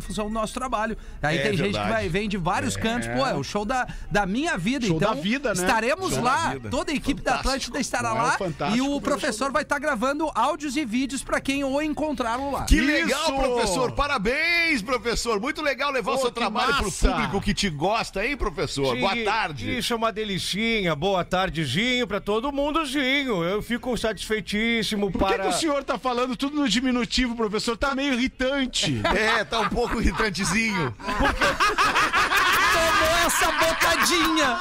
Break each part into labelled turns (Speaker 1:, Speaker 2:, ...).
Speaker 1: função do nosso trabalho. Aí
Speaker 2: É
Speaker 1: tem gente que
Speaker 2: verdade.
Speaker 1: vai, vem de vários cantos, pô, é o show da, da minha vida.
Speaker 3: Show
Speaker 1: então,
Speaker 3: da vida, né?
Speaker 1: estaremos
Speaker 3: Show
Speaker 1: lá,
Speaker 3: da vida.
Speaker 1: toda a equipe da Atlântida estará
Speaker 3: Não é o
Speaker 1: lá
Speaker 3: Fantástico,
Speaker 1: e
Speaker 3: mas é
Speaker 1: o
Speaker 3: o
Speaker 1: professor vai estar gravando áudios e vídeos pra quem o encontrá-lo lá.
Speaker 2: Que
Speaker 3: Isso!
Speaker 2: legal, professor. Parabéns, professor. Muito legal levar o
Speaker 3: Pô,
Speaker 2: seu
Speaker 3: que
Speaker 2: trabalho para pro
Speaker 3: massa.
Speaker 2: público que te gosta, hein, professor? Boa
Speaker 4: Sim,
Speaker 2: tarde.
Speaker 4: Isso é uma delicinha. Boa tardezinho pra todo mundo, Zinho. Eu fico satisfeitíssimo
Speaker 3: Por que,
Speaker 4: para...
Speaker 3: que o senhor tá falando tudo no diminutivo, professor? Tá meio irritante.
Speaker 2: É, tá um pouco irritantezinho.
Speaker 1: Tomou essa botadinha!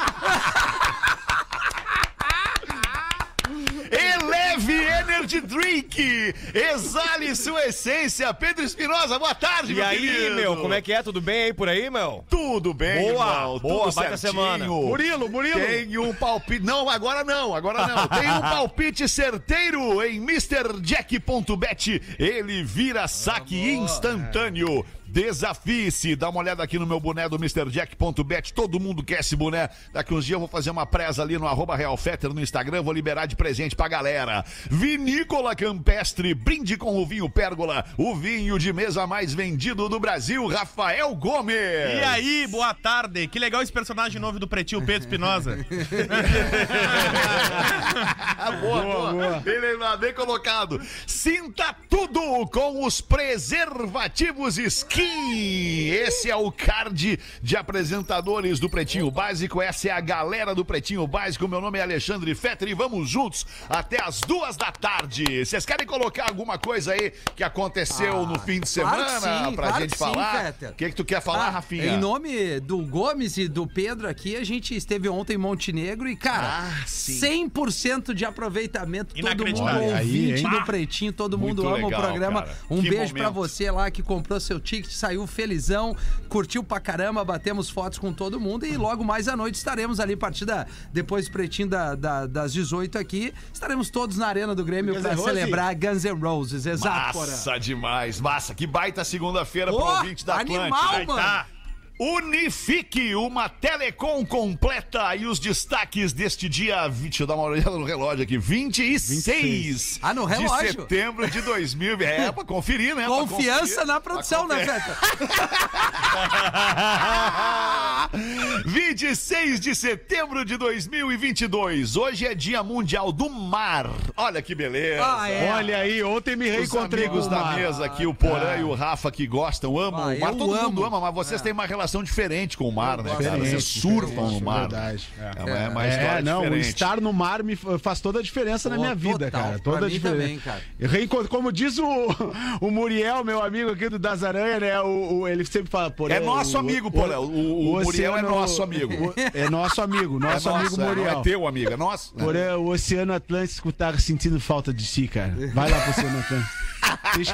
Speaker 2: Eleve Energy Drink. Exale sua essência. Pedro Espinosa, boa tarde,
Speaker 4: E aí, meu, como é que é? Tudo bem aí por aí, meu?
Speaker 2: Tudo bem,
Speaker 4: Boa,
Speaker 2: irmão.
Speaker 4: boa,
Speaker 2: Tudo
Speaker 4: baita
Speaker 2: certinho.
Speaker 4: semana.
Speaker 3: Murilo, Murilo.
Speaker 2: Tem um palpite. Não, agora não, agora não. Tem um palpite certeiro em MrJack.bet. Ele vira saque instantâneo. Desafie-se. Dá uma olhada aqui no meu boné do MrJack.bet. Todo mundo quer esse boné. Daqui uns dias eu vou fazer uma presa ali no arroba RealFetter no Instagram. Vou liberar de presente pra galera. Vinícola Campestre. Brinde com o vinho Pérgola. O vinho de mesa mais vendido do Brasil. Rafael Gomes.
Speaker 5: E aí, boa tarde. Que legal esse personagem novo do Pretinho, Pedro Espinosa.
Speaker 2: Ah, boa, boa, Ele lá, bem colocado. Sinta tudo com os preservativos Skin. Esse é o card de apresentadores do Pretinho Básico. Essa é a galera do Pretinho Básico. Meu nome é Alexandre Fetter e vamos juntos até as duas da tarde. Vocês querem colocar alguma coisa aí que aconteceu no fim de
Speaker 1: Ah, claro
Speaker 2: semana
Speaker 1: que sim,
Speaker 2: pra
Speaker 1: claro
Speaker 2: gente
Speaker 1: que sim,
Speaker 2: falar?
Speaker 1: Fetter.
Speaker 2: O que, que tu quer falar,
Speaker 1: Ah,
Speaker 2: Rafinha?
Speaker 1: Em nome do Gomes e do Pedro aqui, a gente esteve ontem em Montenegro e, cara,
Speaker 2: Ah, sim.
Speaker 1: 100% de aproveitar. Todo mundo
Speaker 5: Inacreditável.
Speaker 3: Olha aí,
Speaker 1: ouvinte
Speaker 3: hein?
Speaker 1: do Pretinho, todo
Speaker 2: Muito
Speaker 1: mundo ama
Speaker 2: legal,
Speaker 1: o programa.
Speaker 2: cara.
Speaker 1: Um
Speaker 2: Que
Speaker 1: beijo pra
Speaker 2: momento.
Speaker 1: você lá que comprou seu ticket, saiu felizão, curtiu pra caramba, batemos fotos com todo mundo e logo mais à noite estaremos ali, partida depois do Pretinho da- da- das 18 aqui, estaremos todos na Arena do Grêmio
Speaker 3: Guns
Speaker 1: pra
Speaker 3: N' Roses?
Speaker 1: celebrar Guns N' Roses. Exato, Porã.
Speaker 2: Massa demais, massa. Que baita segunda-feira pro
Speaker 1: Ô,
Speaker 2: ouvinte da Atlântida.
Speaker 1: animal,
Speaker 2: Aí
Speaker 1: mano.
Speaker 2: Unifique uma telecom completa e os destaques deste dia 20, deixa eu dar uma olhada no relógio aqui, 26,
Speaker 3: 26.
Speaker 1: Ah, no relógio.
Speaker 2: de setembro de 2000, é pra conferir, né? Pra
Speaker 1: Confiança
Speaker 2: conferir.
Speaker 1: na produção, né, Feta? né?
Speaker 2: 26 de setembro de 2022, hoje é dia mundial do mar, olha que beleza.
Speaker 1: Ah, é.
Speaker 3: Olha aí, ontem me
Speaker 2: Os
Speaker 3: reencontrei com
Speaker 2: amigos
Speaker 3: o
Speaker 2: da
Speaker 3: Mar.
Speaker 2: mesa aqui, o Porã e o Rafa que gostam, amam
Speaker 1: Ah,
Speaker 2: o mar.
Speaker 1: eu
Speaker 2: Todo mundo
Speaker 1: amo. É.
Speaker 2: ama, mas vocês têm uma relação diferente com o mar, né, cara?
Speaker 3: Diferente,
Speaker 2: Vocês surfam
Speaker 3: diferente,
Speaker 2: no mar.
Speaker 3: verdade.
Speaker 2: É uma, é uma história
Speaker 3: É, não, o
Speaker 2: diferente.
Speaker 3: estar no mar me fa- faz toda a diferença na
Speaker 1: Pô,
Speaker 3: minha vida,
Speaker 1: total.
Speaker 3: cara.
Speaker 1: Pra
Speaker 3: Toda a
Speaker 1: mim
Speaker 3: diferença.
Speaker 1: também, cara.
Speaker 3: Eu reencontro- como diz o, o Muriel, meu amigo aqui do Das Aranha, né? O, o- ele sempre fala, Porã.
Speaker 2: É nosso
Speaker 3: o-
Speaker 2: amigo, Porã. O- o Muriel é nosso amigo.
Speaker 3: o- é nosso amigo,
Speaker 2: É
Speaker 3: nosso amigo
Speaker 2: nossa, Não
Speaker 3: Muriel.
Speaker 2: é teu, amigo, é nosso. né?
Speaker 3: Porã, o Oceano Atlântico tá sentindo falta de si, cara. Vai lá pro Oceano Atlântico. Deixa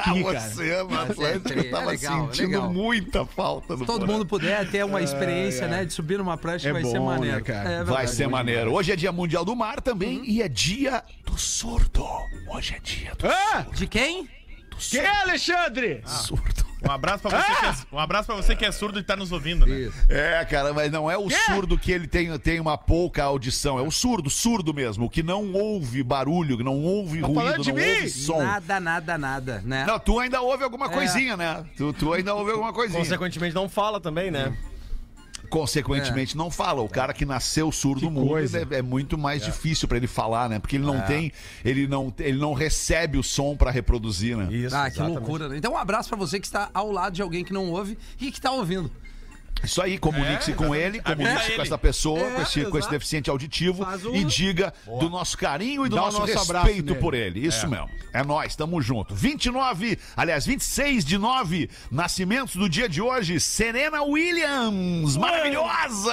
Speaker 3: que
Speaker 2: Ah,
Speaker 3: ir,
Speaker 2: o
Speaker 3: cara.
Speaker 2: Oceano Atlântico
Speaker 1: sempre, é
Speaker 2: tava
Speaker 1: legal, é
Speaker 2: sentindo
Speaker 1: legal.
Speaker 2: muita falta do
Speaker 1: Todo
Speaker 2: Porã.
Speaker 1: mundo puder ter uma experiência, né, de subir numa prancha,
Speaker 3: É
Speaker 1: vai ser
Speaker 3: bom, né,
Speaker 1: maneiro.
Speaker 3: cara?
Speaker 1: É
Speaker 2: Vai
Speaker 1: verdade. Uhum.
Speaker 2: ser maneiro. Hoje é dia mundial do mar também e é dia do surdo. Hoje é dia do
Speaker 3: Ah,
Speaker 1: De quem?
Speaker 3: que é, Alexandre?
Speaker 2: surdo.
Speaker 5: Um abraço pra você, que é, um abraço pra você que é surdo e tá nos ouvindo, né?
Speaker 2: É, cara, mas não é o surdo que ele tem, tem uma pouca audição. É o surdo, surdo mesmo, que não ouve barulho, que não ouve ruído,
Speaker 3: falando de
Speaker 2: não
Speaker 3: mim?
Speaker 2: ouve som.
Speaker 1: Nada, nada, nada, né?
Speaker 2: Não, tu ainda ouve alguma coisinha, né? Tu, tu ainda ouve alguma coisinha.
Speaker 4: Consequentemente, não fala também, né?
Speaker 2: Consequentemente, não fala. O cara que nasceu surdo mudo
Speaker 3: coisa.
Speaker 2: é, é muito mais difícil pra ele falar, né? Porque ele não tem, ele não, ele não recebe o som pra reproduzir, né?
Speaker 4: Isso,
Speaker 1: ah, que loucura, né? Então um abraço pra você que está ao lado de alguém que não ouve e que tá ouvindo.
Speaker 2: Isso aí, comunique-se com ele, comunique-se
Speaker 5: Avisa
Speaker 2: com
Speaker 5: ele.
Speaker 2: essa pessoa,
Speaker 1: É,
Speaker 2: com, esse, com esse
Speaker 1: exato.
Speaker 2: deficiente auditivo
Speaker 1: Faz um- o-
Speaker 2: e diga do nosso carinho e do
Speaker 3: Dá o
Speaker 2: nosso,
Speaker 3: nosso abraço
Speaker 2: respeito
Speaker 3: nele.
Speaker 2: por ele. Isso mesmo. É nós, tamo junto. 29, aliás, 26 de 9, nascimentos do dia de hoje, Serena Williams. Maravilhosa!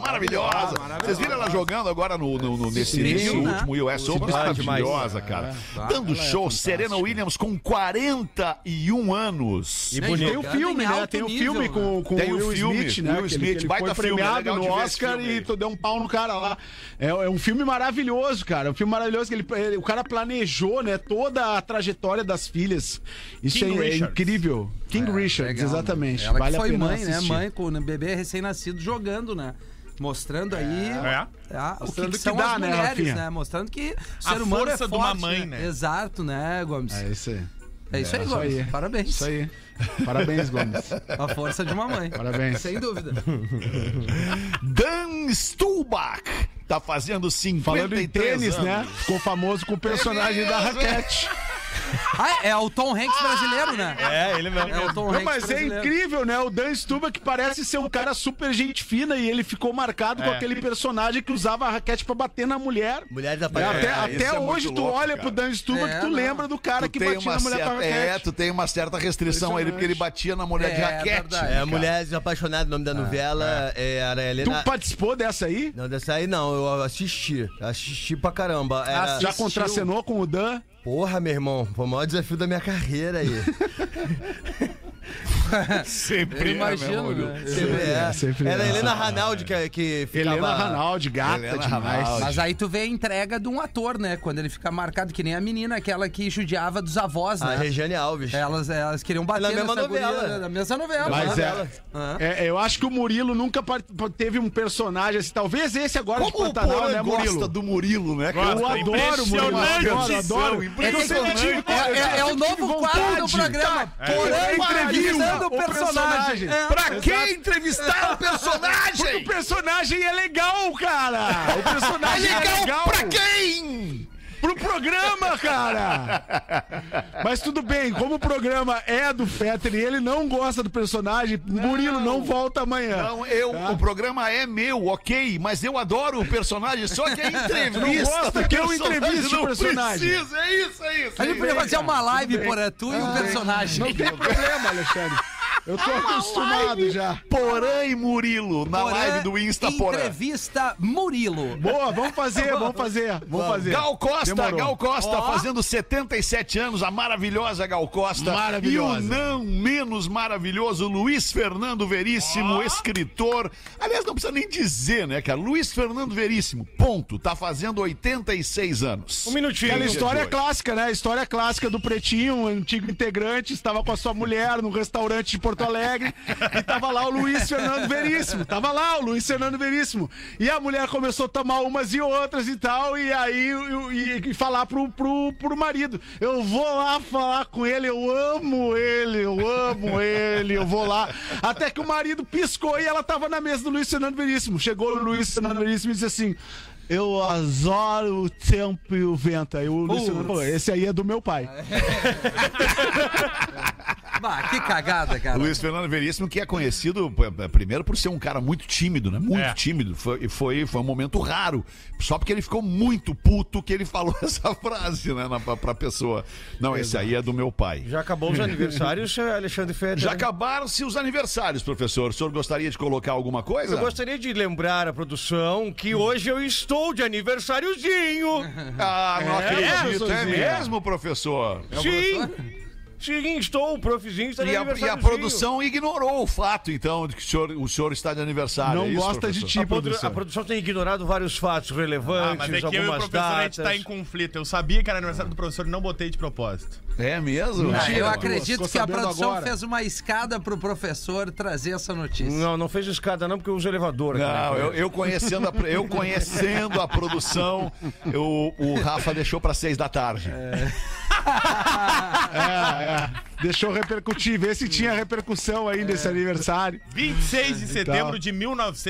Speaker 2: Maravilhosa! Vocês viram ela jogando agora no, no- no- nesse,
Speaker 1: Sim,
Speaker 2: nesse
Speaker 1: né?
Speaker 2: último US Open?
Speaker 4: Ah, demais.
Speaker 2: Maravilhosa, cara. Dando show, Serena Williams com 41 anos.
Speaker 4: E
Speaker 3: Tem
Speaker 4: bonito.
Speaker 3: o
Speaker 1: Jogada
Speaker 3: filme,
Speaker 1: em
Speaker 3: né?
Speaker 1: alto
Speaker 3: Tem o
Speaker 1: nível,
Speaker 3: filme
Speaker 1: né?
Speaker 3: com, com
Speaker 2: Tem o
Speaker 3: o Will
Speaker 2: filme,
Speaker 3: Smith, né?
Speaker 2: Will
Speaker 3: Aquele-
Speaker 2: Smith,
Speaker 3: que ele
Speaker 2: baita
Speaker 3: foi
Speaker 2: filme, é
Speaker 3: premiado
Speaker 2: legal de
Speaker 3: no
Speaker 2: ver esse
Speaker 3: Oscar
Speaker 2: filme aí.
Speaker 3: e tu deu um pau no cara lá. É, é um filme maravilhoso, cara. É um filme maravilhoso que ele, ele- o cara planejou, né? Toda a trajetória das filhas. Isso
Speaker 5: King
Speaker 3: é, é
Speaker 5: Richards.
Speaker 3: incrível.
Speaker 2: É,
Speaker 3: King Richards,
Speaker 1: Legal, né?
Speaker 3: exatamente.
Speaker 1: Ela que
Speaker 3: vale
Speaker 1: foi
Speaker 3: a pena
Speaker 1: mãe, né?
Speaker 3: assistir.
Speaker 1: Mãe com o bebê recém-nascido jogando, né? Mostrando aí
Speaker 5: É.
Speaker 1: ah, o que,
Speaker 3: Mostrando
Speaker 1: que
Speaker 3: que
Speaker 1: são
Speaker 3: dá,
Speaker 1: as
Speaker 3: né,
Speaker 1: mulheres,
Speaker 3: Rafinha?
Speaker 1: né? Mostrando que o ser humano é
Speaker 5: força de
Speaker 1: forte,
Speaker 5: uma mãe, né?
Speaker 1: Exato, né, Gomes?
Speaker 3: É isso aí.
Speaker 1: É isso aí,
Speaker 3: isso
Speaker 1: Gomes.
Speaker 3: aí.
Speaker 1: Parabéns.
Speaker 3: Isso aí. Parabéns, Gomes.
Speaker 1: A força de uma mãe.
Speaker 3: Parabéns.
Speaker 1: Sem dúvida.
Speaker 2: Dan Stulbach tá fazendo 53
Speaker 3: Falando em tênis,
Speaker 2: anos. né?
Speaker 3: né? Ficou famoso com o personagem da raquete.
Speaker 1: Ah, é o Tom Hanks brasileiro, né?
Speaker 4: É, ele mesmo.
Speaker 1: É o Tom
Speaker 3: Não,
Speaker 1: Hanks
Speaker 3: mas é
Speaker 1: brasileiro.
Speaker 3: incrível, né? O Dan Stuba que parece ser um cara super gente fina e ele ficou marcado
Speaker 2: É.
Speaker 3: com aquele personagem que usava a raquete pra bater na mulher.
Speaker 6: Mulheres da
Speaker 3: É, até
Speaker 6: Paquera.
Speaker 3: até
Speaker 2: isso é muito
Speaker 3: hoje tu
Speaker 2: louco,
Speaker 3: olha
Speaker 2: cara.
Speaker 3: pro Dan Stuba
Speaker 1: É,
Speaker 3: que tu
Speaker 1: não.
Speaker 3: lembra do cara
Speaker 2: Tu
Speaker 3: que
Speaker 2: tem
Speaker 3: batia
Speaker 2: uma
Speaker 3: na mulher com a
Speaker 2: certa, é,
Speaker 3: raquete.
Speaker 2: tu tem uma certa restrição a ele, porque ele batia na mulher de
Speaker 1: É,
Speaker 2: raquete.
Speaker 1: verdade.
Speaker 6: É, Mulheres Apaixonadas, o nome da novela é, era
Speaker 3: Tu
Speaker 6: Helena...
Speaker 3: participou dessa aí?
Speaker 6: Não, dessa aí não, eu assisti. Assisti pra caramba.
Speaker 2: É,
Speaker 6: Era-
Speaker 3: Já contracenou com o Dan?
Speaker 6: Porra, meu irmão, foi o maior desafio da minha carreira aí.
Speaker 2: Sempre
Speaker 1: Eu
Speaker 2: é,
Speaker 1: imagino,
Speaker 2: meu olho.
Speaker 1: né?
Speaker 6: Sempre é.
Speaker 3: sempre
Speaker 6: Era
Speaker 3: é.
Speaker 6: Helena Ranaldi que, que ficava...
Speaker 3: Helena Ranaldi, gata
Speaker 2: Helena
Speaker 3: demais.
Speaker 2: Ranaldi.
Speaker 1: Mas aí tu vê a entrega de um ator, né? Quando ele fica marcado, que nem a menina, aquela que judiava dos avós,
Speaker 6: A
Speaker 1: né?
Speaker 6: Regiane Alves.
Speaker 1: Elas, elas queriam bater
Speaker 6: Na mesma
Speaker 1: nessa
Speaker 6: novela.
Speaker 1: guria, né? Na mesma é novela.
Speaker 3: Mas
Speaker 1: né?
Speaker 3: é,
Speaker 1: Ah.
Speaker 3: é, eu acho que o Murilo nunca par- teve um personagem assim. Talvez esse agora de
Speaker 2: Como o
Speaker 3: Pantanal,
Speaker 2: Porã
Speaker 3: né, Murilo?
Speaker 2: gosta do Murilo, né? cara?
Speaker 3: Eu
Speaker 5: Gosta,
Speaker 3: adoro, Murilo. Adoro,
Speaker 5: impressionante.
Speaker 3: adoro.
Speaker 1: É, que-
Speaker 2: Impressionante.
Speaker 1: é- é- é o novo quadro do programa. Porém, entrevistando é. o personagem. É.
Speaker 2: Pra quem entrevistar é o personagem?
Speaker 3: O personagem é legal, cara! O personagem é legal,
Speaker 2: pra quem?
Speaker 3: pro programa, cara! Mas tudo bem, como o programa é do Fetter e ele não gosta do personagem, Murilo não volta amanhã.
Speaker 2: Não, Então, eu,
Speaker 3: Tá.
Speaker 2: o programa é meu, ok, mas eu adoro o personagem, só que a entrevista.
Speaker 3: Não gosta
Speaker 2: do
Speaker 3: que eu
Speaker 2: personagem
Speaker 3: entreviste o
Speaker 2: não
Speaker 3: personagem.
Speaker 2: Precisa, é isso, é isso.
Speaker 1: A
Speaker 2: é
Speaker 1: gente podia
Speaker 2: isso.
Speaker 1: fazer uma live por tu e o
Speaker 3: Não
Speaker 1: personagem.
Speaker 3: tem problema, Alexandre. Eu tô acostumado já.
Speaker 2: Porã e Murilo na
Speaker 1: Porã,
Speaker 2: live do Insta Porã.
Speaker 1: Entrevista Murilo.
Speaker 3: Boa, vamos fazer, vamos fazer, vamos fazer.
Speaker 2: Gal Costa,
Speaker 3: Demorou.
Speaker 2: Gal Costa fazendo 77 anos, a maravilhosa Gal Costa.
Speaker 3: Maravilhosa.
Speaker 2: E o não menos maravilhoso Luiz Fernando Veríssimo, escritor. Aliás, não precisa nem dizer, né, cara? Luiz Fernando Veríssimo, ponto, tá fazendo 86 anos.
Speaker 4: Um minutinho.
Speaker 3: Aquela história
Speaker 2: dois.
Speaker 3: clássica, né? A história clássica do Pretinho, um antigo integrante, estava com a sua mulher num restaurante de Porto Alegre e tava lá o Luiz Fernando Veríssimo. Tava lá o Luiz Fernando Veríssimo. E a mulher começou a tomar umas e outras e tal, e aí eu- e, e falar pro, pro, pro marido: Eu vou lá falar com ele, eu amo ele, eu amo ele, eu vou lá. Até que o marido piscou e ela tava na mesa do Luiz Fernando Veríssimo. Chegou o Luiz Fernando Veríssimo e disse assim. Eu adoro o tempo e o vento. Aí o Luciano falou: esse aí é do meu pai.
Speaker 1: Bah, que cagada, cara.
Speaker 2: Luiz Fernando Veríssimo, que é conhecido p- p- primeiro por ser um cara muito tímido, né? Muito
Speaker 5: É.
Speaker 2: tímido. Foi, foi, foi um momento raro. Só porque ele ficou muito puto que ele falou essa frase, né? Na, pra, pra pessoa. Não, esse aí é do meu pai.
Speaker 4: Já acabou os aniversários, Alexandre Feder.
Speaker 2: Já acabaram-se os aniversários, professor. O senhor gostaria de colocar alguma coisa?
Speaker 4: Eu gostaria de lembrar a produção que hoje eu estou de aniversáriozinho.
Speaker 2: Ah, não acredito. É
Speaker 3: professorzinho.
Speaker 2: mesmo, professor?
Speaker 4: É Sim. Sim, estou, o profzinho está de
Speaker 2: E a, e a
Speaker 4: aniversáriozinho.
Speaker 2: produção ignorou o fato, então, de que o senhor, o senhor está de
Speaker 1: Ah,
Speaker 2: aniversário.
Speaker 3: Não
Speaker 2: é isso,
Speaker 3: gosta de
Speaker 2: professor?
Speaker 3: tipo, ti,
Speaker 4: A, produ- a
Speaker 3: produção.
Speaker 4: produção tem ignorado vários fatos
Speaker 5: Ah,
Speaker 4: relevantes,
Speaker 5: mas é que eu e o
Speaker 4: algumas
Speaker 5: professor a gente
Speaker 4: datas.
Speaker 5: tá em conflito. Eu sabia que era aniversário do professor e não botei de propósito.
Speaker 2: É mesmo?
Speaker 1: Ah, eu
Speaker 2: mano.
Speaker 1: acredito
Speaker 3: Ficou
Speaker 1: que a
Speaker 3: sabendo
Speaker 1: produção
Speaker 3: agora.
Speaker 1: fez uma escada pro professor trazer essa notícia.
Speaker 4: Não, não fez escada não, porque eu uso elevador. aqui,
Speaker 2: Não,
Speaker 4: né?
Speaker 2: eu, eu conhecendo, a, eu conhecendo a produção, eu- o Rafa deixou para seis da tarde.
Speaker 3: Deixou repercutir, vê se tinha repercussão ainda
Speaker 1: É.
Speaker 3: esse aniversário.
Speaker 5: 26 de setembro
Speaker 4: tá.
Speaker 5: de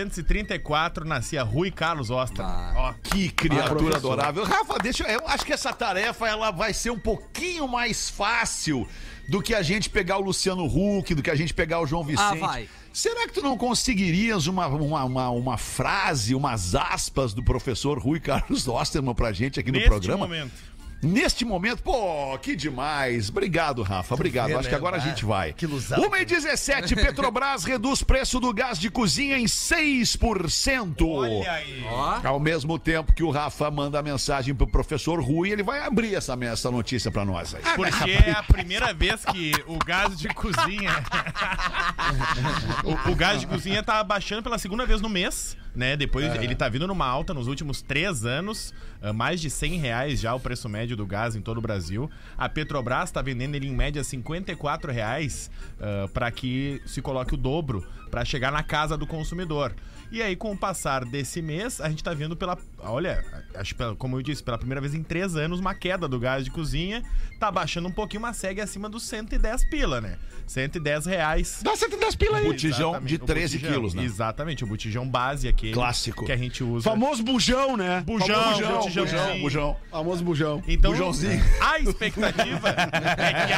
Speaker 5: 1934 nascia Rui Carlos Ostra.
Speaker 2: Ah,
Speaker 5: Ó,
Speaker 2: Que criatura
Speaker 3: professor.
Speaker 2: adorável. Rafa, deixa eu acho que essa tarefa ela vai ser um pouquinho mais fácil do que a gente pegar o Luciano Huck, do que a gente pegar o João Vicente.
Speaker 1: vai.
Speaker 2: Será que tu não conseguirias uma, uma, uma, uma frase, umas aspas do professor Rui Carlos Osterman pra gente aqui no
Speaker 5: neste
Speaker 2: programa?
Speaker 5: momento.
Speaker 2: Neste momento, pô, que demais. Obrigado, Rafa. Obrigado.
Speaker 6: vê,
Speaker 2: Acho que
Speaker 6: né?
Speaker 2: agora a
Speaker 6: Ah,
Speaker 2: gente vai.
Speaker 6: que ilusão.
Speaker 2: 1 e 17 Petrobras reduz preço do gás de cozinha em 6%.
Speaker 5: Olha aí.
Speaker 1: Ó,
Speaker 2: Ao mesmo tempo que o Rafa manda a mensagem pro professor Rui, ele vai abrir essa, essa notícia pra nós aí.
Speaker 5: Porque é a primeira vez que o gás de cozinha. o, o gás de cozinha tá baixando pela segunda vez no mês. né? Depois ele tá vindo numa alta nos últimos três anos, ah, mais de 100 reais já o preço médio do gás em todo o Brasil. A Petrobras tá vendendo ele em média 54 reais para que se coloque o dobro para chegar na casa do consumidor. E aí, com o passar desse mês, a gente tá vendo pela. Olha, acho que pela- como eu disse, pela primeira vez em três anos, uma queda do gás de cozinha. Tá baixando um pouquinho, mas segue acima dos 110 pila, né? 110 reais.
Speaker 3: Dá 110 pila aí.
Speaker 2: Botijão
Speaker 5: Exatamente,
Speaker 2: de
Speaker 5: o
Speaker 2: 13
Speaker 5: botijão,
Speaker 2: quilos, né?
Speaker 5: Exatamente, o botijão base aquele.
Speaker 2: Clássico.
Speaker 5: Que a gente usa.
Speaker 3: Famoso bujão, né?
Speaker 2: Bujão,
Speaker 3: Famoso bujão.
Speaker 2: bujão, bujão,
Speaker 5: bujão.
Speaker 2: bujão.
Speaker 3: Famoso bujão.
Speaker 5: Então,
Speaker 2: Bujãozinho.
Speaker 5: a expectativa é que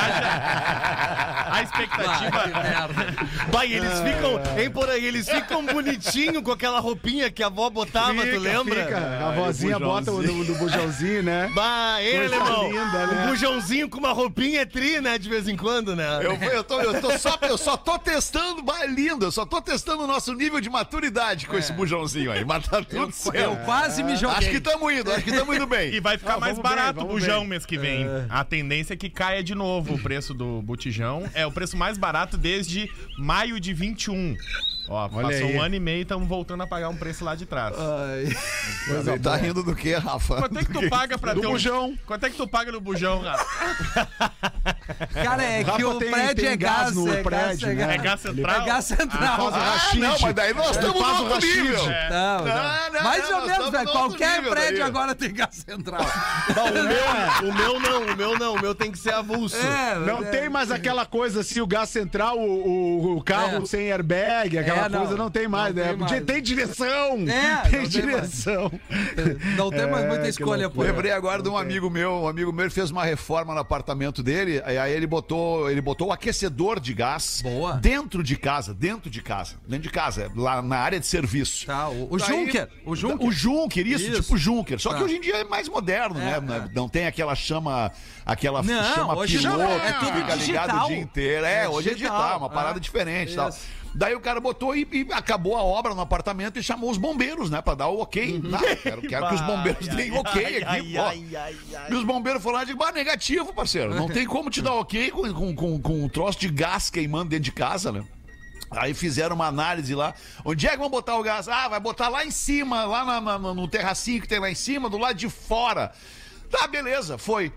Speaker 5: haja. A expectativa. Ah.
Speaker 4: Vai, eles ficam. Hein, por aí, eles ficam bonitinho com aquela roupinha que a avó botava,
Speaker 3: Fica,
Speaker 4: tu lembra?
Speaker 3: fica.
Speaker 1: Ah, é
Speaker 3: A vozinha bota o do, do bujãozinho, né?
Speaker 4: Bah, hein,
Speaker 3: Coisa
Speaker 4: alemão?
Speaker 3: linda, né?
Speaker 4: O bujãozinho com uma roupinha é tri, né? De vez em quando, né?
Speaker 2: Eu, eu tô, eu, tô só, eu só tô testando, bah, é lindo, eu só tô testando o nosso nível de maturidade com esse bujãozinho aí, mas tá tudo certo.
Speaker 1: Eu quase me joguei.
Speaker 2: Acho que tamo indo, acho que tamo indo bem.
Speaker 5: E vai ficar mais
Speaker 3: Ah, vamos bem,
Speaker 5: barato o
Speaker 3: vamos
Speaker 5: bujão
Speaker 3: bem.
Speaker 5: mês que vem. A tendência é que caia de novo o preço do botijão. É o preço mais barato desde maio de 21. Ó, passou
Speaker 3: aí. Ah.
Speaker 5: um ano e meio e estamos voltando a pagar um preço lá de trás.
Speaker 2: Ele tá rindo do que, Rafa?
Speaker 5: Quanto é que tu paga pra
Speaker 3: Do
Speaker 5: ter um...
Speaker 3: bujão.
Speaker 5: Quanto é que tu paga no bujão, Rafa?
Speaker 1: Cara, é que
Speaker 3: Rafa
Speaker 1: o
Speaker 3: tem-
Speaker 1: prédio
Speaker 3: tem
Speaker 1: é
Speaker 3: gás
Speaker 1: gás,
Speaker 3: no
Speaker 1: é
Speaker 3: prédio,
Speaker 1: gás, é
Speaker 3: né?
Speaker 5: É
Speaker 1: gás.
Speaker 5: gás central?
Speaker 1: É gás central.
Speaker 3: Faz o
Speaker 2: Ah,
Speaker 3: rachide.
Speaker 2: não, mas daí nós
Speaker 3: Ele
Speaker 2: estamos no
Speaker 3: faz o
Speaker 2: outro
Speaker 3: rachide.
Speaker 2: nível.
Speaker 1: Não, não.
Speaker 2: Não, não,
Speaker 1: Mais
Speaker 2: não,
Speaker 1: ou
Speaker 2: nós
Speaker 1: menos, velho.
Speaker 2: estamos no outro
Speaker 1: Qualquer
Speaker 2: nível
Speaker 1: prédio
Speaker 2: daí.
Speaker 1: agora tem gás central.
Speaker 4: Bah, o, meu, o meu não, o meu não, o meu tem que ser avulso.
Speaker 1: É,
Speaker 3: Não
Speaker 1: é.
Speaker 3: tem mais aquela coisa assim, o gás central, o, o- o carro
Speaker 1: É.
Speaker 3: sem airbag, aquela
Speaker 1: É, não.
Speaker 3: coisa, não tem mais,
Speaker 1: Não
Speaker 3: né?
Speaker 1: tem mais.
Speaker 3: Tem, direção!
Speaker 1: É,
Speaker 3: tem
Speaker 1: não tem
Speaker 3: direção!
Speaker 1: Não tem mais
Speaker 3: É,
Speaker 1: muita
Speaker 3: que
Speaker 1: escolha, pô.
Speaker 2: Lembrei agora de um amigo meu, um amigo meu ele fez uma reforma no apartamento dele, aí aí ele botou, ele botou o aquecedor de gás
Speaker 1: Boa.
Speaker 2: dentro de casa, dentro de casa, dentro de casa, lá na área de serviço.
Speaker 1: Tá, o, o
Speaker 2: Daí-
Speaker 1: Junker. O Junker.
Speaker 2: O Junker, isso,
Speaker 1: Isso.
Speaker 2: tipo Junker. Só que
Speaker 1: Tá.
Speaker 2: hoje em dia é mais moderno,
Speaker 1: É,
Speaker 2: né?
Speaker 1: é.
Speaker 2: Não tem aquela chama, aquela
Speaker 1: Não,
Speaker 2: chama
Speaker 1: hoje
Speaker 2: piloto,
Speaker 1: não, é
Speaker 2: que
Speaker 1: tudo
Speaker 2: fica ligado
Speaker 1: digital.
Speaker 2: o dia inteiro. É,
Speaker 1: É
Speaker 2: hoje é
Speaker 1: digital,
Speaker 2: digital, uma
Speaker 1: é.
Speaker 2: parada diferente e tal.
Speaker 1: Isso.
Speaker 2: Daí o cara botou e, e acabou a obra no apartamento e chamou os bombeiros, né? Pra dar o ok.
Speaker 1: Uhum.
Speaker 2: Tá, quero, quero que os bombeiros deem ok aqui, ó. E os bombeiros falaram de bah, negativo, parceiro. Não tem como te dar ok com, com, com, com um troço de gás queimando dentro de casa, né? Aí fizeram uma análise lá. Onde é que vão botar o gás? Ah, vai botar lá em cima, lá na- na- no terracinho que tem lá em cima, do lado de fora. Tá, beleza, foi.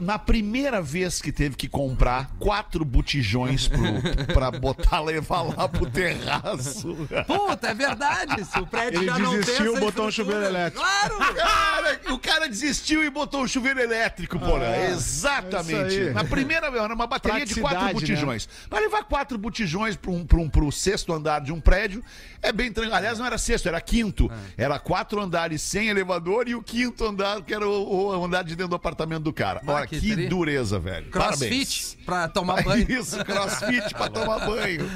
Speaker 2: Na primeira vez que teve que comprar quatro botijões pro, pra botar, levar lá pro terraço.
Speaker 1: Puta, é verdade. Se o prédio
Speaker 3: Ele
Speaker 1: já não tem
Speaker 3: desistiu,
Speaker 1: essa
Speaker 3: botou um chuveiro
Speaker 1: estrutura.
Speaker 3: elétrico.
Speaker 1: Claro!
Speaker 2: Cara, o cara desistiu e botou um chuveiro elétrico,
Speaker 1: Ah,
Speaker 2: porra.
Speaker 3: é
Speaker 2: Exatamente.
Speaker 3: isso aí.
Speaker 2: Na primeira, era uma bateria de quatro
Speaker 1: né?
Speaker 3: Praticidade,
Speaker 2: botijões. Pra levar quatro botijões para um, pra um, pro sexto andar de um prédio, é bem tranquilo. Aliás, não era sexto, era quinto.
Speaker 1: É.
Speaker 2: Era quatro andares sem elevador e o quinto andar, que era o, o andar de dentro do apartamento do cara.
Speaker 1: Bah,
Speaker 2: Olha,
Speaker 1: que
Speaker 2: que,
Speaker 1: tri.
Speaker 2: dureza, velho. Parabéns.
Speaker 1: Crossfit pra tomar banho.
Speaker 2: É Isso, crossfit pra tomar banho.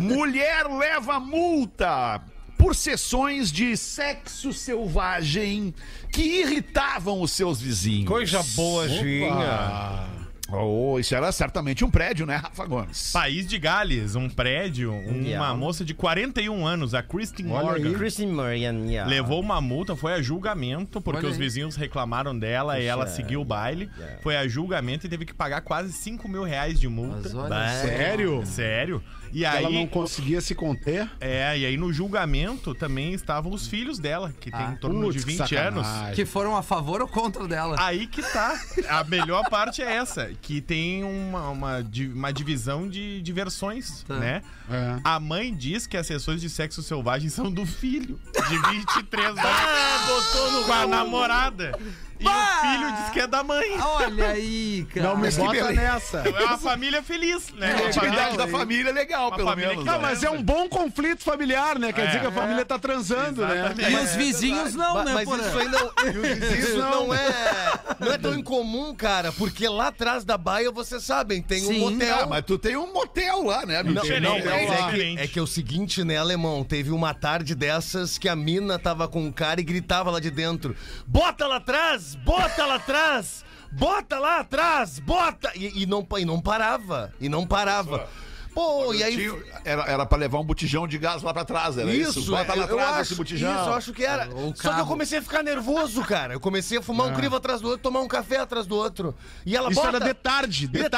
Speaker 2: Mulher leva multa por sessões de sexo selvagem que irritavam os seus vizinhos.
Speaker 4: Coisa boa, Ginha.
Speaker 2: Oh, isso era certamente um prédio, né, Rafa Gomes?
Speaker 5: País de Gales, um prédio, uma moça de 41 anos, a Kristen Morgan.
Speaker 4: Christine Marian, yeah.
Speaker 5: Levou uma multa, foi a julgamento, porque
Speaker 1: Olha
Speaker 5: os
Speaker 1: aí.
Speaker 5: vizinhos reclamaram dela e ela seguiu o baile. Foi a julgamento e teve que pagar quase 5 mil reais de multa.
Speaker 1: Mas olha
Speaker 5: Bah.
Speaker 3: Sério?
Speaker 5: Sério? E
Speaker 3: Ela não
Speaker 5: aí,
Speaker 3: conseguia se conter.
Speaker 5: é, e aí no julgamento também estavam os filhos dela, que tem em torno
Speaker 3: Putz,
Speaker 5: de
Speaker 3: que
Speaker 5: 20
Speaker 3: sacanagem.
Speaker 5: anos.
Speaker 1: Que foram a favor ou contra dela.
Speaker 5: Aí que tá. A melhor parte é essa, que tem uma, uma, di- uma divisão de, de versões, né?
Speaker 3: É.
Speaker 5: A mãe diz que as sessões de sexo selvagem são do filho, de 23 anos. Ah, botou no com a namorada. E
Speaker 1: Bah!
Speaker 5: o filho diz que é da mãe.
Speaker 1: Olha aí, cara.
Speaker 3: Não me
Speaker 2: Mas que
Speaker 3: bota
Speaker 2: beleza.
Speaker 3: nessa.
Speaker 5: É uma família feliz, né?
Speaker 2: A
Speaker 5: Uma
Speaker 2: atividade
Speaker 5: família-
Speaker 2: da família é legal,
Speaker 5: Uma
Speaker 2: pelo
Speaker 5: família
Speaker 2: menos.
Speaker 5: que
Speaker 2: né?
Speaker 3: Não, mas é um bom conflito familiar, né? Quer dizer que a família tá transando, né?
Speaker 5: Exatamente.
Speaker 1: E os vizinhos não,
Speaker 4: Ba-
Speaker 1: né,
Speaker 4: mas
Speaker 1: Porã?
Speaker 4: isso é aí não, isso não é, não é tão incomum, cara, porque lá atrás da baia, vocês sabem, tem
Speaker 1: Sim.
Speaker 4: um motel.
Speaker 2: Ah, mas tu tem um motel lá, né, amigo?
Speaker 4: Não,
Speaker 5: Diferente,
Speaker 4: não, mas
Speaker 5: é
Speaker 4: é, que,
Speaker 5: diferente.
Speaker 4: é que é o seguinte, né, alemão? Teve uma tarde dessas que a mina tava com um cara e gritava lá de dentro: Bota lá atrás! Bota lá atrás! Bota lá atrás! Bota! E, e não, pa- e não parava. E não parava. Pô, e aí.
Speaker 2: Tinha- Era, era pra levar um botijão de gás lá pra trás, era isso? Bota lá
Speaker 3: é,
Speaker 4: eu- é, eu
Speaker 2: atrás
Speaker 4: acho,
Speaker 2: esse botijão.
Speaker 4: Isso, eu acho que era.
Speaker 1: Ou
Speaker 4: Só que eu
Speaker 1: cabo.
Speaker 4: comecei a ficar nervoso, cara. Eu comecei a fumar um crivo atrás do outro, tomar um café atrás do outro. E ela
Speaker 3: Isso
Speaker 4: bota...
Speaker 3: era de tarde, de,
Speaker 4: De tarde,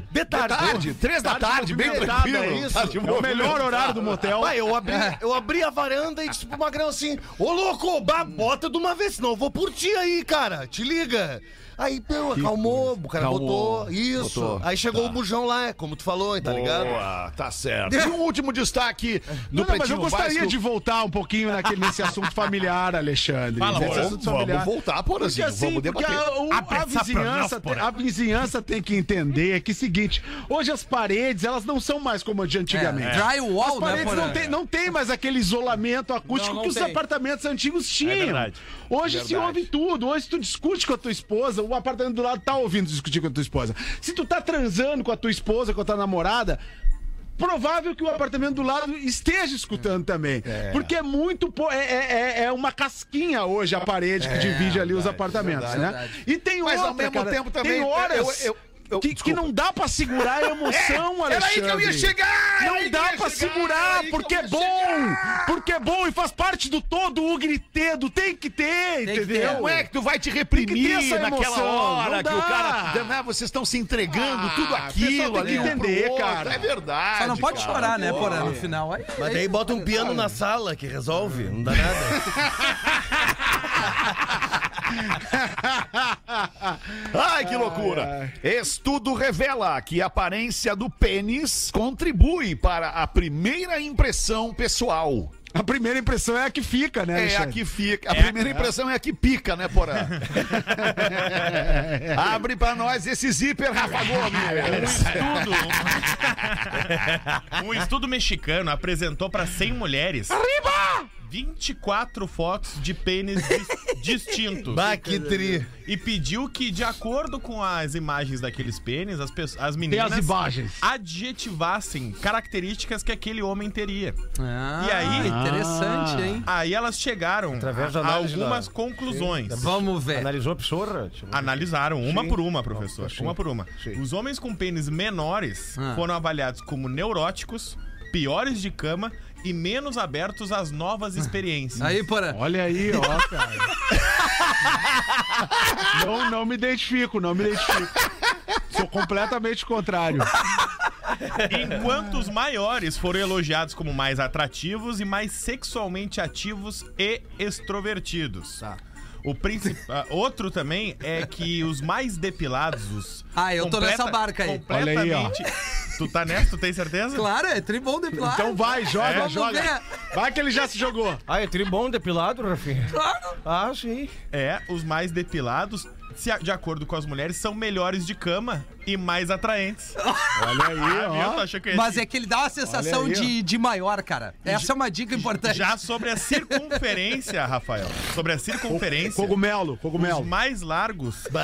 Speaker 3: tarde.
Speaker 4: de tarde.
Speaker 2: Tarde, três da tarde, bem
Speaker 4: movimentada,
Speaker 2: tranquilo.
Speaker 4: é isso.
Speaker 2: Tarde
Speaker 4: É o
Speaker 3: É o melhor
Speaker 2: movimentada.
Speaker 3: horário do motel.
Speaker 4: Pai, eu abri, eu abri a varanda e disse pro Magrão assim: Ô louco, ba- bota de uma vez, senão eu vou por ti aí, cara. Te liga. Aí, pô, acalmou, o cara
Speaker 2: Calmou.
Speaker 4: botou. Tá. Isso.
Speaker 2: Botou.
Speaker 4: Aí chegou o bujão lá, como tu falou, tá ligado?
Speaker 2: Boa, tá certo. E um último destaque do
Speaker 3: Não, não, mas eu
Speaker 2: Pretinho
Speaker 3: gostaria
Speaker 2: Básico.
Speaker 3: de voltar um pouquinho naquele, nesse assunto familiar, Alexandre.
Speaker 5: Fala,
Speaker 3: Nesse
Speaker 5: amor.
Speaker 3: assunto
Speaker 2: Vamos, vamos voltar,
Speaker 3: Porque
Speaker 2: Porazinho.
Speaker 3: assim,
Speaker 2: vamos
Speaker 3: porque
Speaker 2: debater.
Speaker 3: a, o- a
Speaker 5: Apressa pra
Speaker 3: vizinhança,
Speaker 5: nós, porra.
Speaker 3: a vizinhança tem que entender que é o seguinte, hoje as paredes, elas não são mais como de antigamente.
Speaker 1: É, drywall,
Speaker 3: As paredes
Speaker 1: né,
Speaker 3: não,
Speaker 1: Porã?
Speaker 3: tem, não tem mais aquele isolamento acústico
Speaker 5: Não, não
Speaker 3: que os
Speaker 5: tem.
Speaker 3: apartamentos antigos tinham.
Speaker 5: verdade.
Speaker 3: Hoje se
Speaker 2: É Verdade.
Speaker 3: ouve tudo, hoje tu discute com a tua esposa, o apartamento do lado tá ouvindo discutir com a tua esposa. Se tu tá transando com a tua esposa, com a tua namorada, provável que o apartamento do lado esteja escutando também. Porque é muito. po- É, é- é- é uma casquinha hoje a parede
Speaker 2: É,
Speaker 3: que divide ali os apartamentos, né?
Speaker 1: verdade.
Speaker 3: E tem
Speaker 2: Mas, ao
Speaker 3: outra,
Speaker 2: mesmo
Speaker 3: cara,
Speaker 2: tempo, também,
Speaker 3: Tem
Speaker 2: eu-
Speaker 3: horas.
Speaker 2: eu- eu- eu-
Speaker 3: que,
Speaker 2: desculpa.
Speaker 3: que não dá pra segurar a emoção,
Speaker 2: É, Era aí que eu ia
Speaker 3: Alexandre.
Speaker 2: chegar, era aí
Speaker 3: Não
Speaker 2: que eu
Speaker 3: dá
Speaker 2: ia
Speaker 3: pra
Speaker 2: chegar, era
Speaker 3: segurar,
Speaker 2: aí que
Speaker 3: porque
Speaker 2: eu
Speaker 3: é
Speaker 2: ia
Speaker 3: bom!
Speaker 2: chegar.
Speaker 3: Porque é bom e faz parte do todo o gritedo. Tem que ter,
Speaker 1: Tem que
Speaker 3: entendeu?
Speaker 1: ter.
Speaker 2: Não é que tu vai te
Speaker 3: Tem que ter essa
Speaker 2: reprimir naquela
Speaker 3: emoção,
Speaker 2: hora
Speaker 3: não
Speaker 2: que
Speaker 3: dá.
Speaker 2: o cara. né, vocês estão se entregando,
Speaker 3: Ah,
Speaker 2: tudo
Speaker 3: o pessoal
Speaker 2: aquilo.
Speaker 3: tem que
Speaker 2: ali, um pro
Speaker 3: entender,
Speaker 2: outro.
Speaker 3: cara.
Speaker 2: É verdade.
Speaker 1: Só não pode
Speaker 2: cara.
Speaker 1: chorar, né, Porã, no final. Aí,
Speaker 4: Mas
Speaker 1: aí-
Speaker 4: daí bota um piano na sala que resolve, não dá nada.
Speaker 2: Ai, que loucura! Estudo revela que a aparência do pênis contribui para a primeira impressão pessoal.
Speaker 3: A primeira impressão é a que fica, né,
Speaker 2: É a
Speaker 3: Alexandre?
Speaker 2: que fica. A primeira impressão é a que pica, né, Porã? Abre pra nós esse zíper, Rafa
Speaker 3: É,
Speaker 2: Gomes.
Speaker 5: Um Estudo. um estudo mexicano apresentou para 100 mulheres 24 fotos de pênis dis- distintos
Speaker 4: Bah, que tri.
Speaker 5: e pediu que, de acordo com as imagens daqueles pênis, as, pessoas- as
Speaker 3: Tem as
Speaker 5: meninas
Speaker 3: imagens.
Speaker 5: adjetivassem características que aquele homem teria.
Speaker 1: Ah,
Speaker 5: E aí?
Speaker 1: Interessante, hein?
Speaker 5: Aí elas chegaram
Speaker 6: Através
Speaker 5: a,
Speaker 6: da
Speaker 5: a
Speaker 6: análise
Speaker 5: algumas
Speaker 6: da-
Speaker 5: conclusões.
Speaker 1: Vamos ver.
Speaker 6: Analisou a psorra? Tipo,
Speaker 5: Analisaram uma por uma, professor.
Speaker 6: Sim.
Speaker 5: Uma por uma.
Speaker 6: Sim.
Speaker 5: Os homens com pênis menores
Speaker 1: Ah.
Speaker 5: foram avaliados como neuróticos, piores de cama e menos abertos às novas experiências.
Speaker 1: Ah. Aí, Porã.
Speaker 3: Olha aí, ó, cara. não, não me identifico, não me identifico. Sou completamente contrário.
Speaker 5: Enquanto os maiores foram elogiados como mais atrativos e mais sexualmente ativos e extrovertidos.
Speaker 1: Tá.
Speaker 5: O princi- ah, outro também é que os mais depilados. Os
Speaker 1: Ah, eu tô nessa barca aí.
Speaker 3: Olha aí, ó.
Speaker 5: Completamente. Tu tá nessa? Tu tem certeza?
Speaker 1: Claro, é tribom depilar.
Speaker 3: Então vai, joga,
Speaker 1: Vamos
Speaker 3: joga.
Speaker 1: ver.
Speaker 3: Vai que ele já se jogou.
Speaker 6: Ah, é tribom depilado, Rafinha?
Speaker 1: Claro.
Speaker 6: Ah, sim.
Speaker 5: É, os mais depilados, se a- de acordo com as mulheres, são melhores de cama e mais atraentes.
Speaker 3: Olha aí,
Speaker 5: Meu, tu
Speaker 3: ó.
Speaker 5: achou que eu ia
Speaker 1: Mas
Speaker 5: dizer?
Speaker 1: é que ele dá uma sensação
Speaker 3: Olha aí, ó.
Speaker 1: de, de maior, cara. Essa é uma dica importante.
Speaker 5: Já sobre a circunferência, Rafael. Sobre a circunferência,
Speaker 3: Cogumelo,
Speaker 5: os
Speaker 3: cogumelo.
Speaker 6: Tá
Speaker 5: mais largos
Speaker 4: Bah.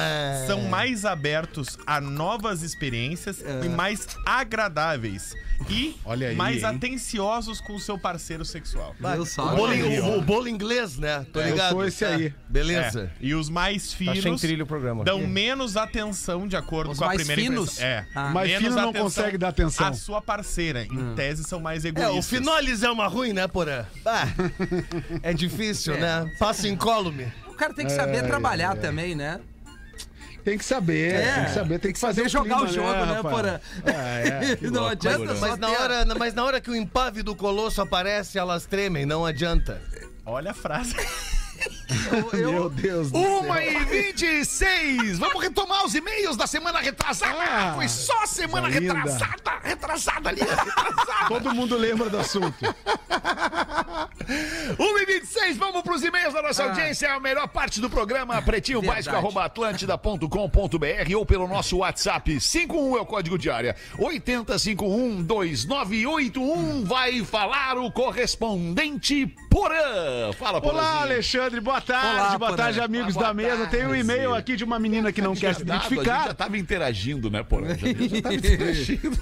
Speaker 5: são mais abertos a novas experiências e mais agradáveis. E
Speaker 3: Olha aí,
Speaker 5: mais
Speaker 3: hein?
Speaker 5: atenciosos com o seu parceiro sexual.
Speaker 1: Viu
Speaker 4: O
Speaker 1: só?
Speaker 4: bolo, o- o bolo inglês, né? Tô
Speaker 3: é eu
Speaker 4: ligado.
Speaker 3: sou esse
Speaker 4: Tá.
Speaker 3: aí. É.
Speaker 4: Beleza.
Speaker 5: É, E os mais
Speaker 6: Tá sem
Speaker 5: finos
Speaker 6: trilho o programa.
Speaker 5: dão menos atenção de acordo
Speaker 1: Os
Speaker 5: com a
Speaker 1: mais
Speaker 5: primeira
Speaker 1: finos?
Speaker 5: impressão. É.
Speaker 1: Ah. Hum.
Speaker 3: Mais
Speaker 5: menos
Speaker 3: fino não
Speaker 5: atenção
Speaker 3: consegue dar atenção.
Speaker 5: A sua parceira, em tese, são mais
Speaker 4: É,
Speaker 5: egoístas.
Speaker 4: o Finolis é uma ruim, né, Porã? Bah, é difícil, né? Passa
Speaker 3: É.
Speaker 4: incólume.
Speaker 1: O cara tem que saber trabalhar também, né?
Speaker 3: Tem que saber, tem que saber, tem que fazer o
Speaker 1: jogar o,
Speaker 3: clima,
Speaker 1: jogo, né,
Speaker 3: Rafael?
Speaker 1: Porã?
Speaker 3: É, é, que
Speaker 1: não
Speaker 3: louco.
Speaker 1: adianta só
Speaker 4: Mas na,
Speaker 1: ter a-
Speaker 4: hora, mas na hora que o impávido colosso aparece, elas tremem, não adianta.
Speaker 5: Olha a frase.
Speaker 3: Meu Deus do
Speaker 2: Uma e 26. Vamos retomar os e-mails da semana retrasada.
Speaker 3: Ah,
Speaker 2: Foi só semana
Speaker 3: coisa linda.
Speaker 2: retrasada. Retrasada ali. Retrasada.
Speaker 3: Todo mundo lembra do assunto.
Speaker 2: 1 e 26, vamos pros e-mails da
Speaker 3: Ah.
Speaker 2: nossa audiência, a melhor parte do programa, pretinho
Speaker 1: Verdade.
Speaker 2: básico, arroba atlântida.com.br ou pelo nosso WhatsApp, 51 é o código de área, 80512981, vai falar o correspondente Porã. Fala, Porã.
Speaker 3: Olá, Alexandre, boa tarde,
Speaker 1: Olá,
Speaker 3: boa
Speaker 1: Porã.
Speaker 3: tarde, amigos
Speaker 2: Boa
Speaker 3: da mesa. Tem um
Speaker 2: tarde. é
Speaker 3: e-mail aqui de uma menina que não quer se
Speaker 2: A gente já
Speaker 3: identificar.
Speaker 2: tava interagindo, né, Porã? Já, já tava interagindo.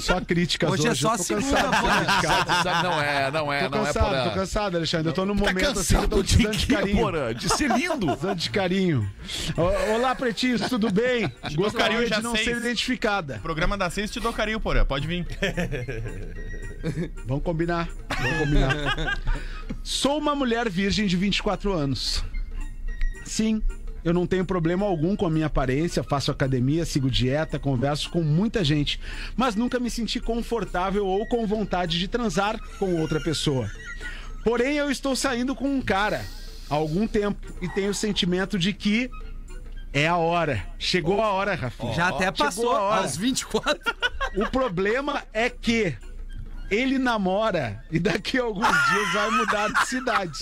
Speaker 3: Só críticas
Speaker 1: Hoje
Speaker 3: hoje.
Speaker 1: é só
Speaker 3: eu tô
Speaker 1: segunda,
Speaker 3: cansado de
Speaker 1: Porã.
Speaker 3: criticar.
Speaker 2: Sabe, sabe, não é, não é,
Speaker 3: Tô
Speaker 2: não é,
Speaker 3: cansado, tô
Speaker 2: Porã.
Speaker 3: cansado, Alexandre. Eu tô no
Speaker 2: tá
Speaker 3: momento assim, eu
Speaker 2: cansado
Speaker 3: tô te
Speaker 2: de
Speaker 3: dando de
Speaker 2: quê,
Speaker 3: carinho.
Speaker 2: Porã? De ser lindo.
Speaker 3: Dando de carinho. Ó, Olá, pretinhos, tudo bem? Gostaria
Speaker 5: carinho, já
Speaker 3: de não
Speaker 5: sei.
Speaker 3: ser identificada.
Speaker 5: Programa da seis te dou carinho, porra. Pode vir.
Speaker 3: Vamos combinar. Vamos combinar. Sou uma mulher virgem de 24 anos. Sim, eu não tenho problema algum com a minha aparência, faço academia, sigo dieta, converso com muita gente, mas nunca me senti confortável ou com vontade de transar com outra pessoa. Porém, eu estou saindo com um cara há algum tempo e tenho o sentimento de que é a hora. Chegou a hora, Rafinha.
Speaker 1: Já até
Speaker 3: Chegou
Speaker 1: passou
Speaker 3: a hora.
Speaker 1: às 24.
Speaker 3: O problema é que ele namora e daqui a alguns dias vai mudar de cidade.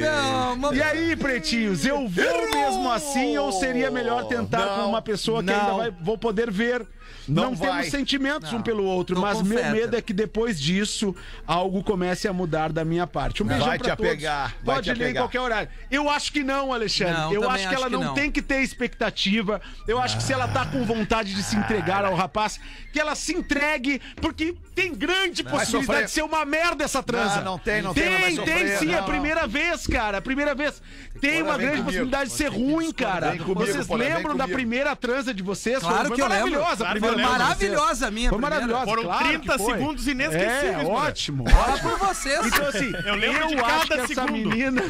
Speaker 1: Não, mas...
Speaker 3: E aí, pretinhos, eu vou mesmo assim ou seria melhor tentar com
Speaker 2: Não,
Speaker 3: uma pessoa que ainda
Speaker 2: não.
Speaker 3: vai, vou poder ver? Não,
Speaker 2: Não vai.
Speaker 3: temos sentimentos um pelo outro,
Speaker 1: não
Speaker 3: mas meu
Speaker 1: confeta.
Speaker 3: medo é que depois disso algo comece a mudar da minha parte. Um beijão
Speaker 2: Vai
Speaker 3: pra
Speaker 2: te
Speaker 3: todos.
Speaker 2: apegar, vai
Speaker 3: Pode
Speaker 2: te
Speaker 3: ler em
Speaker 2: apegar.
Speaker 3: qualquer horário. Eu acho que não, Alexandre.
Speaker 1: Não,
Speaker 3: eu
Speaker 1: também
Speaker 3: acho que
Speaker 1: acho
Speaker 3: ela
Speaker 1: que
Speaker 3: não
Speaker 1: não.
Speaker 3: tem que ter expectativa. Eu acho que se ela tá com vontade de se
Speaker 1: Ah.
Speaker 3: entregar ao rapaz, que ela se entregue, porque tem grande possibilidade
Speaker 2: sofrer.
Speaker 3: de ser uma merda essa transa.
Speaker 2: não tem, não tem, não vai
Speaker 3: tem. Tem,
Speaker 2: sofrer,
Speaker 3: sim, é a
Speaker 2: não,
Speaker 3: primeira
Speaker 2: não.
Speaker 3: primeira vez, cara. é Primeira vez. Tem uma
Speaker 2: vem
Speaker 3: grande
Speaker 2: comigo.
Speaker 3: possibilidade de ser ruim, cara.
Speaker 2: Vem comigo,
Speaker 3: vocês
Speaker 2: Porã, vem
Speaker 3: lembram da
Speaker 2: comigo.
Speaker 3: primeira transa de vocês?
Speaker 1: Claro que eu lembro.
Speaker 3: maravilhosa. a
Speaker 5: Claro
Speaker 3: primeira
Speaker 5: que eu
Speaker 1: Foi
Speaker 3: transa de
Speaker 5: lembro.
Speaker 3: vocês.
Speaker 1: maravilhosa a minha.
Speaker 3: Foi
Speaker 1: primeira.
Speaker 3: maravilhosa.
Speaker 5: Foram
Speaker 3: claro que
Speaker 5: 30
Speaker 3: foi.
Speaker 5: segundos
Speaker 3: É,
Speaker 5: inesquecíveis, Porã.
Speaker 3: ótimo.
Speaker 1: Fala por vocês.
Speaker 3: Então, assim, eu,
Speaker 5: Eu lembro de
Speaker 3: acho que
Speaker 5: cada
Speaker 3: essa
Speaker 5: segundo.
Speaker 3: menina,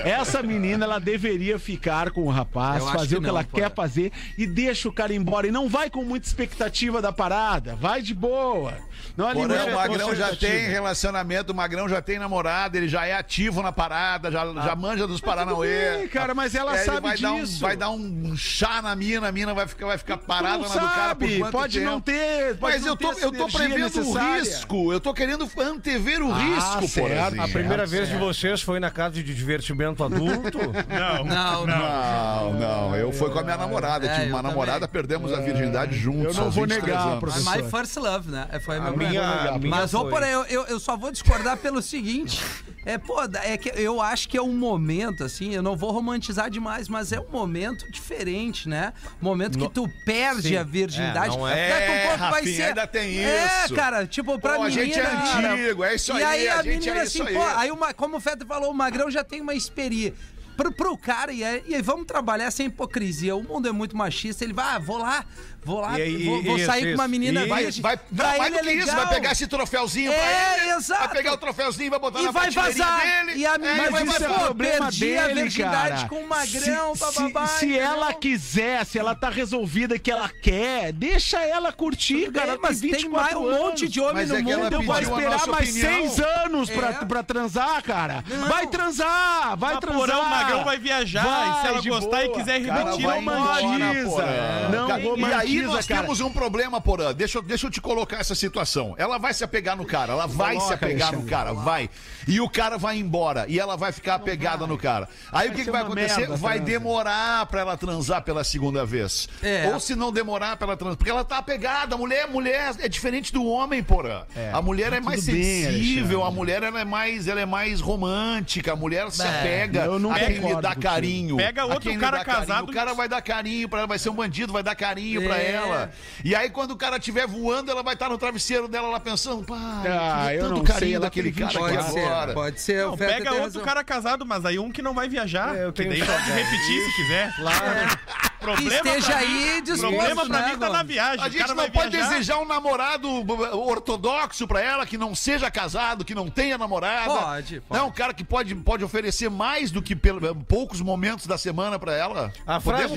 Speaker 3: essa menina, ela deveria ficar com o rapaz,
Speaker 1: Eu acho
Speaker 3: fazer
Speaker 1: que
Speaker 3: o que
Speaker 1: não,
Speaker 3: ela
Speaker 1: Porã.
Speaker 3: quer fazer e deixa o cara embora. E não vai com muita expectativa da parada, vai de boa. Não é alimenta
Speaker 2: Porém, o
Speaker 3: a
Speaker 2: Magrão já
Speaker 3: expectativa.
Speaker 2: tem relacionamento, o Magrão já tem namorada, ele já é ativo na parada, já, já manja dos Paranauê.
Speaker 3: Ah. bem, cara, mas ela
Speaker 2: É, ele
Speaker 3: sabe
Speaker 2: vai
Speaker 3: disso.
Speaker 2: Dar um, vai dar um chá na mina, a mina vai ficar, vai ficar parada
Speaker 3: não
Speaker 2: na do cara por
Speaker 3: sabe,
Speaker 2: quanto
Speaker 3: pode
Speaker 2: tempo.
Speaker 3: não ter- pode
Speaker 2: mas
Speaker 3: não
Speaker 2: eu tô,
Speaker 3: ter
Speaker 2: eu tô
Speaker 3: sinergia
Speaker 2: prevendo o
Speaker 3: necessária.
Speaker 2: risco, eu tô querendo antever o
Speaker 3: Ah,
Speaker 2: risco,
Speaker 3: certo.
Speaker 2: Porazinho.
Speaker 6: A
Speaker 3: É,
Speaker 6: primeira vez de vocês foi na casa de divertimento adulto?
Speaker 5: Não.
Speaker 1: Não, não.
Speaker 2: Não, não, eu fui com a minha namorada,
Speaker 1: É,
Speaker 2: tive
Speaker 1: eu
Speaker 2: uma
Speaker 1: também.
Speaker 2: namorada, perdemos a virgindade
Speaker 3: É, eu
Speaker 2: juntos.
Speaker 3: não
Speaker 2: aos
Speaker 3: vou
Speaker 2: 23
Speaker 3: negar,
Speaker 2: anos.
Speaker 3: professor.
Speaker 1: My first love, né? Foi meu
Speaker 6: minha, a minha
Speaker 1: Mas, ô,
Speaker 6: foi.
Speaker 1: porém, eu, eu, eu só vou discordar pelo seguinte. É, pô, é que eu acho que é um momento, assim, eu não vou romantizar demais, mas é um momento diferente, né? Momento que tu perde a virgindade.
Speaker 6: É, não
Speaker 2: é,
Speaker 1: Daqui a pouco vai
Speaker 2: Rafinha,
Speaker 1: ser-
Speaker 2: ainda tem isso.
Speaker 1: É, cara, tipo, pra
Speaker 2: Pô, a
Speaker 1: menina...
Speaker 2: gente é
Speaker 1: cara,
Speaker 2: antigo, é isso
Speaker 1: E
Speaker 2: aí,
Speaker 1: aí
Speaker 2: a
Speaker 1: a,
Speaker 2: gente é
Speaker 1: menina, assim,
Speaker 2: isso aí.
Speaker 1: pô, aí uma, como o Feta falou, o Magrão já tem uma experiência. Pro, pro cara, e aí, e aí vamos trabalhar sem hipocrisia. O mundo é muito machista. Ele vai, ah, vou lá, vou lá,
Speaker 6: E aí,
Speaker 1: vou, vou
Speaker 6: isso,
Speaker 1: sair com uma
Speaker 6: isso.
Speaker 1: menina.
Speaker 6: E-
Speaker 2: Vai,
Speaker 1: virgem.
Speaker 2: vai,
Speaker 1: Pra
Speaker 2: não, mais
Speaker 1: ele
Speaker 2: do que
Speaker 1: é
Speaker 2: isso, vai
Speaker 1: legal.
Speaker 2: pegar esse troféuzinho
Speaker 1: É,
Speaker 2: pra ele.
Speaker 1: exato.
Speaker 2: Vai pegar o troféuzinho, vai botar
Speaker 1: E
Speaker 2: na
Speaker 1: vai
Speaker 2: prateleira
Speaker 1: vazar.
Speaker 2: dele.
Speaker 1: E a
Speaker 2: é,
Speaker 1: menina
Speaker 2: e
Speaker 1: vai
Speaker 2: vai vazar.
Speaker 1: pô, perdi a virgindade com o magrão,
Speaker 3: se,
Speaker 1: bababá,
Speaker 3: se, se
Speaker 1: entendeu?
Speaker 3: ela quiser, se ela tá resolvida que ela quer, deixa ela curtir,
Speaker 1: Bem,
Speaker 3: cara.
Speaker 1: mas tem mais um monte de homem
Speaker 2: Mas
Speaker 1: no
Speaker 2: é que ela
Speaker 1: mundo.
Speaker 3: Eu
Speaker 2: pediu
Speaker 3: vou
Speaker 2: a
Speaker 3: Então esperar
Speaker 2: nossa
Speaker 3: mais
Speaker 2: opinião.
Speaker 3: seis anos pra,
Speaker 1: É.
Speaker 3: pra transar, cara. Vai transar, vai
Speaker 5: Mas,
Speaker 3: transar.
Speaker 5: porão, Ah, o Magrão vai viajar, e se ela
Speaker 3: de
Speaker 5: gostar e quiser
Speaker 3: Cara,
Speaker 2: Cara,
Speaker 5: repetir,
Speaker 2: vai
Speaker 5: não mande.
Speaker 3: romantiza.
Speaker 2: embora, Porã.
Speaker 3: Não
Speaker 2: Cara, E aí
Speaker 3: romantiza,
Speaker 2: nós
Speaker 3: cara.
Speaker 2: temos um problema, Porã. Deixa, eu- deixa eu te colocar essa situação. Ela vai se apegar no cara, ela vai
Speaker 3: Coloca,
Speaker 2: se apegar no
Speaker 3: Alexandre.
Speaker 2: cara, vai. E o cara vai embora, e ela vai ficar apegada no cara. Aí o que,
Speaker 3: ser
Speaker 2: que vai
Speaker 3: uma
Speaker 2: acontecer?
Speaker 3: merda a
Speaker 2: vai
Speaker 3: transa.
Speaker 2: demorar pra ela transar pela segunda vez.
Speaker 1: É.
Speaker 2: Ou se não demorar pra ela transar, porque ela tá apegada. A mulher, a mulher é diferente do homem, Porã. a mulher é mais
Speaker 3: Tá tudo bem,
Speaker 2: sensível, a mulher ela é mais, ela é mais romântica, a mulher se apega
Speaker 3: É, eu não
Speaker 2: a quem lhe
Speaker 3: concordo
Speaker 2: dá
Speaker 3: contigo.
Speaker 2: carinho.
Speaker 5: Pega
Speaker 2: a
Speaker 5: outro
Speaker 2: quem lhe
Speaker 5: cara
Speaker 2: dá carinho.
Speaker 5: casado
Speaker 2: O cara vai dar carinho pra ela, vai ser um bandido, vai dar carinho pra
Speaker 1: É.
Speaker 2: ela. E aí, quando o cara estiver voando, ela vai estar no travesseiro dela lá pensando, pá,
Speaker 3: Ah,
Speaker 2: eu
Speaker 3: eu
Speaker 2: tive tanto
Speaker 3: não
Speaker 2: carinho
Speaker 3: sei, ela
Speaker 2: daquele
Speaker 3: tem
Speaker 2: é cara
Speaker 3: 20
Speaker 2: aqui
Speaker 1: Pode ser,
Speaker 2: agora.
Speaker 1: pode ser.
Speaker 5: Não,
Speaker 1: o Feta
Speaker 5: pega
Speaker 1: tem
Speaker 5: outro
Speaker 1: razão.
Speaker 5: cara casado, mas aí um que não vai viajar.
Speaker 6: É, eu tenho
Speaker 5: que daí
Speaker 6: que
Speaker 5: pode
Speaker 6: pagar
Speaker 5: repetir se quiser. É.
Speaker 6: Claro.
Speaker 1: Que
Speaker 5: Problema
Speaker 1: esteja
Speaker 5: pra mim-
Speaker 1: aí disposto,
Speaker 5: Problema pra
Speaker 1: né,
Speaker 5: mim tá
Speaker 1: Gomes?
Speaker 5: na viagem.
Speaker 2: A
Speaker 5: O
Speaker 2: gente
Speaker 5: cara
Speaker 2: não
Speaker 5: vai
Speaker 2: pode
Speaker 5: viajar.
Speaker 2: desejar um namorado uh, ortodoxo pra ela, que não seja casado, que não tenha namorada.
Speaker 1: Pode, pode.
Speaker 2: Não, um cara que pode, pode oferecer mais do que pelo- poucos momentos da semana pra ela.
Speaker 6: A frase- eu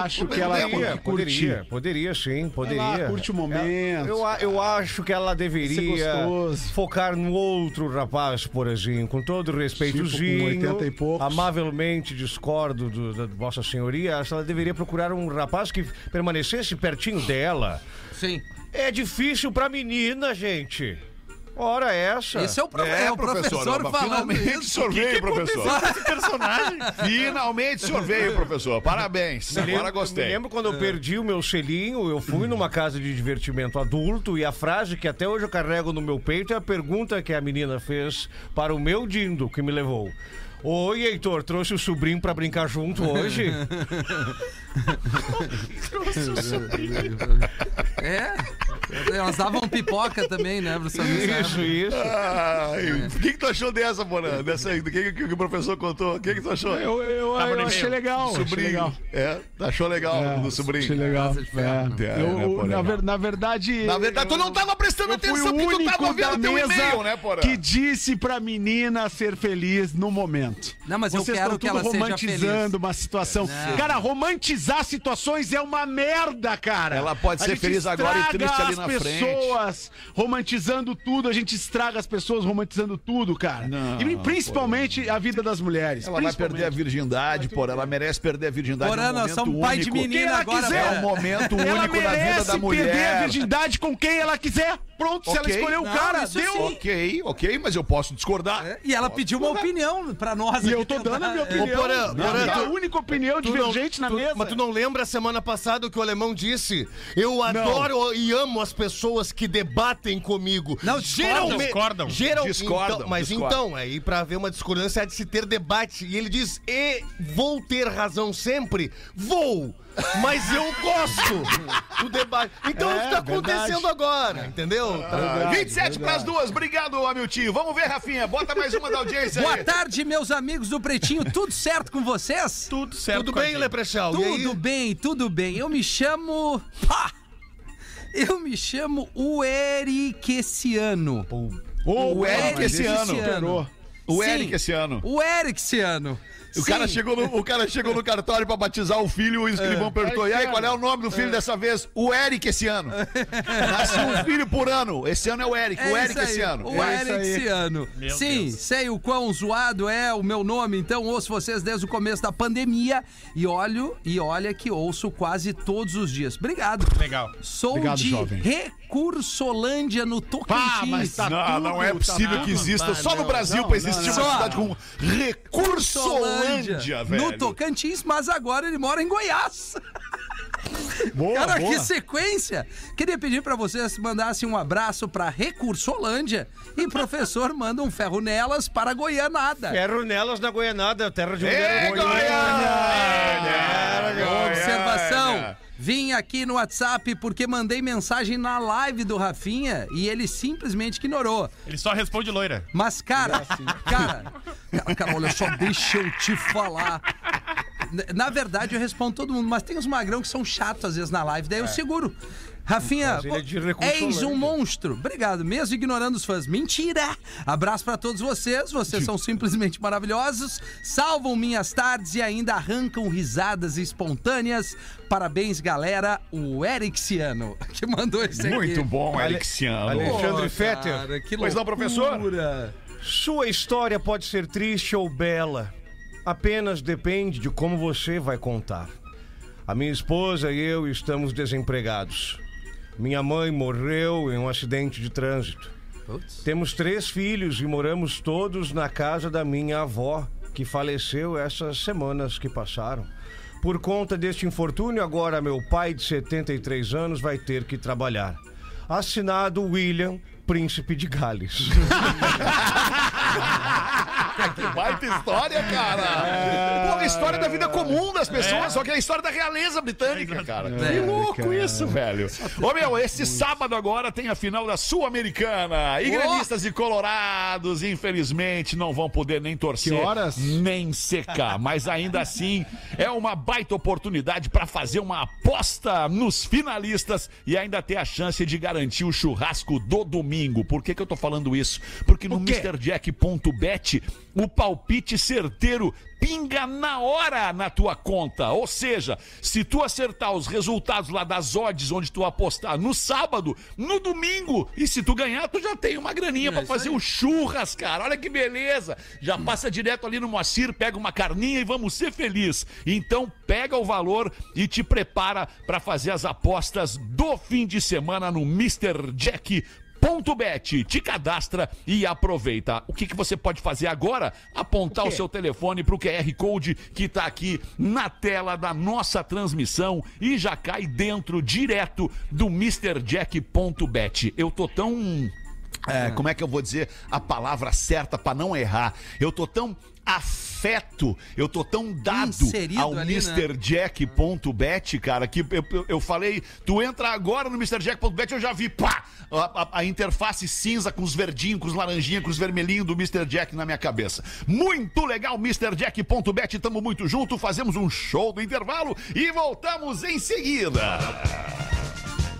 Speaker 3: acho que ela-
Speaker 6: Poderia, poderia,
Speaker 3: Curtir.
Speaker 6: poderia sim,
Speaker 3: Vai
Speaker 6: poderia.
Speaker 3: lá, curte o momento.
Speaker 6: Eu, a- eu acho que ela
Speaker 3: Ser
Speaker 6: deveria
Speaker 3: gostoso.
Speaker 6: focar no outro rapaz, porazinho, com todo o respeito.
Speaker 3: Tipo, com
Speaker 6: Zinho,
Speaker 3: 80 e poucos.
Speaker 6: Amavelmente discordo do- da Vossa Senhoria. Acho que ela deveria procurar um rapaz que permanecesse pertinho dela.
Speaker 1: Sim.
Speaker 6: É difícil pra menina, gente. Ora essa.
Speaker 5: Tá.
Speaker 1: Esse é o, pro... é, o professor, falando
Speaker 2: finalmente
Speaker 1: isso.
Speaker 2: sorveio, professor.
Speaker 5: Esse personagem.
Speaker 2: Finalmente sorveio, professor. Parabéns.
Speaker 6: Me
Speaker 2: Agora
Speaker 6: lembro-
Speaker 2: gostei.
Speaker 6: Me lembro quando eu perdi o meu selinho, eu fui numa casa de divertimento adulto e a frase que até hoje eu carrego no meu peito é a pergunta que a menina fez para o meu dindo que me levou. Oi, Heitor, trouxe o sobrinho pra brincar junto hoje?
Speaker 2: um
Speaker 1: É. Elas davam pipoca também, né, pro sanduíche.
Speaker 6: Isso, isso.
Speaker 2: Ai, O que, que tu achou dessa, Porã? Dessa aí, do que, que, que o professor contou? O que, que tu achou?
Speaker 3: Eu, eu,
Speaker 5: Tava
Speaker 3: eu
Speaker 5: no
Speaker 3: achei
Speaker 5: e-mail.
Speaker 3: legal.
Speaker 2: sobrinho.
Speaker 3: Achei legal.
Speaker 2: É, achou legal
Speaker 3: É,
Speaker 2: do
Speaker 3: Achei
Speaker 2: sobrinho.
Speaker 3: legal.
Speaker 1: Casa de Ferro.
Speaker 3: é.
Speaker 2: É,
Speaker 3: Eu-
Speaker 2: né, pô,
Speaker 3: na,
Speaker 2: legal.
Speaker 3: ver- na verdade.
Speaker 2: Na verdade, tu não tava prestando
Speaker 3: eu fui
Speaker 2: atenção
Speaker 3: o
Speaker 2: porque tu
Speaker 3: único
Speaker 2: tava
Speaker 3: da
Speaker 2: vendo teu
Speaker 3: mesa
Speaker 2: e-mail, né, Porã?
Speaker 3: que disse pra menina ser feliz no momento.
Speaker 1: Não, mas eu
Speaker 3: Vocês
Speaker 1: quero
Speaker 3: estão
Speaker 1: que
Speaker 3: tudo
Speaker 1: ela seja
Speaker 3: romantizando
Speaker 1: feliz.
Speaker 3: uma situação. Cara, romantizar situações é uma merda, cara.
Speaker 2: Ela pode ser
Speaker 3: gente
Speaker 2: feliz agora e
Speaker 3: estraga
Speaker 2: triste ali
Speaker 3: as
Speaker 2: na frente.
Speaker 3: pessoas romantizando tudo, a gente estraga as pessoas romantizando tudo, cara.
Speaker 2: Não,
Speaker 3: e principalmente a vida das mulheres.
Speaker 2: Ela vai perder a virgindade, porra. Ela merece perder a virgindade.
Speaker 1: Porã,
Speaker 2: é um
Speaker 1: nós
Speaker 2: momento
Speaker 1: somos pai de
Speaker 2: único.
Speaker 1: menina né?
Speaker 2: Quem ela
Speaker 1: agora,
Speaker 2: quiser.
Speaker 1: Porã.
Speaker 2: É um momento
Speaker 3: Ela
Speaker 2: único da vida
Speaker 3: merece
Speaker 2: da
Speaker 3: perder a
Speaker 2: mulher.
Speaker 3: virgindade com quem ela quiser. Pronto, se ela
Speaker 2: Ok.
Speaker 3: escolheu o
Speaker 1: Não,
Speaker 3: cara,
Speaker 1: isso
Speaker 3: deu.
Speaker 1: sim.
Speaker 2: Ok, ok, mas eu posso discordar.
Speaker 1: É, E ela pediu uma opinião pra nós.
Speaker 3: E
Speaker 1: aqui
Speaker 3: eu tô dando a minha
Speaker 1: tentar- é,
Speaker 3: opinião.
Speaker 4: Porã,
Speaker 3: Não,
Speaker 4: Porã,
Speaker 3: é a
Speaker 4: tu-
Speaker 3: única opinião
Speaker 4: Tu não-
Speaker 3: divergente na
Speaker 4: tu-
Speaker 3: mesa.
Speaker 4: Mas tu não lembra semana passada o que o alemão disse? Eu adoro e amo as pessoas que debatem comigo.
Speaker 1: Não, discordam,
Speaker 4: Geralme-
Speaker 5: discordam.
Speaker 4: Geral,
Speaker 2: Discordam,
Speaker 4: então- mas
Speaker 2: discordam.
Speaker 4: então, aí pra haver uma discordância é de se ter debate. E ele diz, e vou ter razão sempre? Vou! Mas eu gosto do debate. Então é, o que tá acontecendo agora, entendeu?
Speaker 2: Ah,
Speaker 4: Tá-
Speaker 2: 27 pras duas, obrigado, Amiltinho. Vamos ver, Rafinha, bota mais uma da audiência aí.
Speaker 1: É. Boa tarde, meus amigos do Pretinho. Tudo certo com vocês?
Speaker 5: Tudo certo.
Speaker 4: Tudo
Speaker 5: com a
Speaker 4: bem,
Speaker 5: gente.
Speaker 4: Leprechal? E aí?
Speaker 1: Tudo bem, tudo bem. Eu me chamo. Pá! Eu me chamo o Eriqueciano.
Speaker 2: O Eric
Speaker 1: Eric
Speaker 2: esse ano.
Speaker 1: Superou.
Speaker 2: O
Speaker 1: Sim,
Speaker 2: Eric esse ano.
Speaker 1: O Erixiano.
Speaker 2: O cara, chegou no, o cara chegou no cartório pra batizar o filho e o escrivão perguntou: e aí, qual é o nome do filho dessa vez? O Eric esse ano. Nasce um filho por ano. Esse ano é o Eric.
Speaker 1: É
Speaker 2: o Eric
Speaker 1: isso aí,
Speaker 2: esse ano.
Speaker 1: O
Speaker 2: É.
Speaker 1: Eric esse ano.
Speaker 5: Meu
Speaker 1: Sim,
Speaker 5: Deus.
Speaker 1: sei o quão zoado é o meu nome, então ouço vocês desde o começo da pandemia e olho e olha que ouço quase todos os dias. Obrigado.
Speaker 5: Legal.
Speaker 1: Sou
Speaker 3: Obrigado,
Speaker 1: de
Speaker 3: jovem.
Speaker 1: Recursolândia no Tocantins.
Speaker 3: mas tá-
Speaker 2: Não, não é possível que exista.
Speaker 4: Ah,
Speaker 2: Só no
Speaker 4: não,
Speaker 2: Brasil
Speaker 3: não,
Speaker 2: pra existir
Speaker 1: não,
Speaker 2: uma
Speaker 1: não.
Speaker 2: cidade com
Speaker 1: Cursolândia,
Speaker 2: Recursolândia, velho.
Speaker 1: No Tocantins, mas agora ele mora em Goiás.
Speaker 3: Boa,
Speaker 1: Cara,
Speaker 3: boa.
Speaker 1: que sequência! Queria pedir pra vocês mandassem um abraço pra Recursolândia e professor manda um ferro nelas para Goianada.
Speaker 6: Ferro nelas na Goianada, terra
Speaker 4: É,
Speaker 6: de
Speaker 2: Ê,
Speaker 6: mulher.
Speaker 2: Goiânia!
Speaker 1: Boa Observação.
Speaker 2: Goiânia!
Speaker 1: Vim aqui no WhatsApp porque mandei mensagem na live do Rafinha e ele simplesmente ignorou.
Speaker 5: Ele só responde loira.
Speaker 1: Mas, cara,
Speaker 6: é assim.
Speaker 1: cara, cara, cara, olha só, deixa eu te falar. Na- Na verdade, eu respondo todo mundo, mas tem uns magrão que são chatos às vezes na live, daí eu seguro. Rafinha,
Speaker 6: É. ele é de Recursolândia.
Speaker 1: eis um monstro. Obrigado, mesmo ignorando os fãs. Mentira! Abraço pra todos vocês, vocês são simplesmente maravilhosos, salvam minhas tardes e ainda arrancam risadas espontâneas. Parabéns, galera, o Erixiano, que mandou esse aqui.
Speaker 2: Muito bom, Erixiano.
Speaker 6: Ale- Alexandre Fetter.
Speaker 1: Cara, que
Speaker 2: Pois não, professor?
Speaker 1: loucura.
Speaker 6: Sua história pode ser triste ou bela. Apenas depende de como você vai contar. A minha esposa e eu estamos desempregados. Minha mãe morreu em um acidente de trânsito. Temos três filhos e moramos todos na casa da minha avó, que faleceu essas semanas que passaram. Por conta deste infortúnio, agora meu pai de 73 anos vai ter que trabalhar. Assinado William, príncipe de Gales.
Speaker 2: Que baita história, cara. Pô, a história da vida comum das pessoas, só que é a história da realeza britânica, cara. Que louco isso, velho. Ô, meu, esse sábado agora tem a final da Sul-Americana. E
Speaker 1: Ô!
Speaker 2: gremistas e colorados, infelizmente, não vão poder nem torcer.
Speaker 3: Que horas?
Speaker 2: Nem secar. Mas ainda assim, é uma baita oportunidade para fazer uma aposta nos finalistas e ainda ter a chance de garantir o churrasco do domingo. Por que, que eu tô falando isso? Porque no MrJack.bet o palpite certeiro pinga na hora na tua conta. Ou seja, se tu acertar os resultados lá das odds onde tu apostar no sábado, no domingo, e se tu ganhar, tu já tem uma graninha pra
Speaker 1: isso
Speaker 2: fazer o churras, cara. Olha que beleza. Já passa direto ali no Moacir, pega uma carninha e vamos ser felizes. Então pega o valor e te prepara pra fazer as apostas do fim de semana no Mr. Jack. Ponto Bet, te cadastra e aproveita. O que, que você pode fazer agora? Apontar o, seu telefone para o QR Code que está aqui na tela da nossa transmissão e já cai dentro direto do MrJack.bet. Eu tô tão
Speaker 1: Ah.
Speaker 2: é, como é que eu vou dizer a palavra certa pra não errar? Eu tô tão afeto, eu tô tão dado
Speaker 1: Inserido
Speaker 2: ao
Speaker 1: ali, né?
Speaker 2: MrJack.bet, cara, que eu, eu- eu falei, tu entra agora no MrJack.bet, eu já vi, pá, a, a- a interface cinza com os verdinhos, com os laranjinhos, com os vermelhinhos do Mr. Jack na minha cabeça. Muito legal, MrJack.bet, tamo muito junto, fazemos um show do intervalo e voltamos em seguida.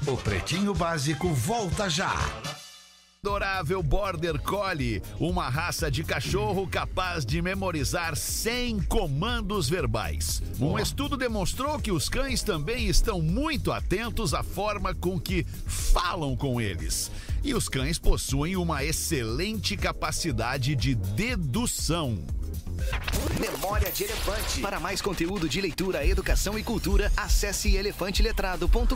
Speaker 7: O Pretinho Básico volta já.
Speaker 2: Adorável Border Collie, uma raça de cachorro capaz de memorizar 100 comandos verbais. Um estudo demonstrou que os cães também estão muito atentos à forma com que falam com eles. E os cães possuem uma excelente capacidade de dedução.
Speaker 7: Memória de Elefante. Para mais conteúdo de leitura, educação e cultura, acesse elefanteletrado.com.br.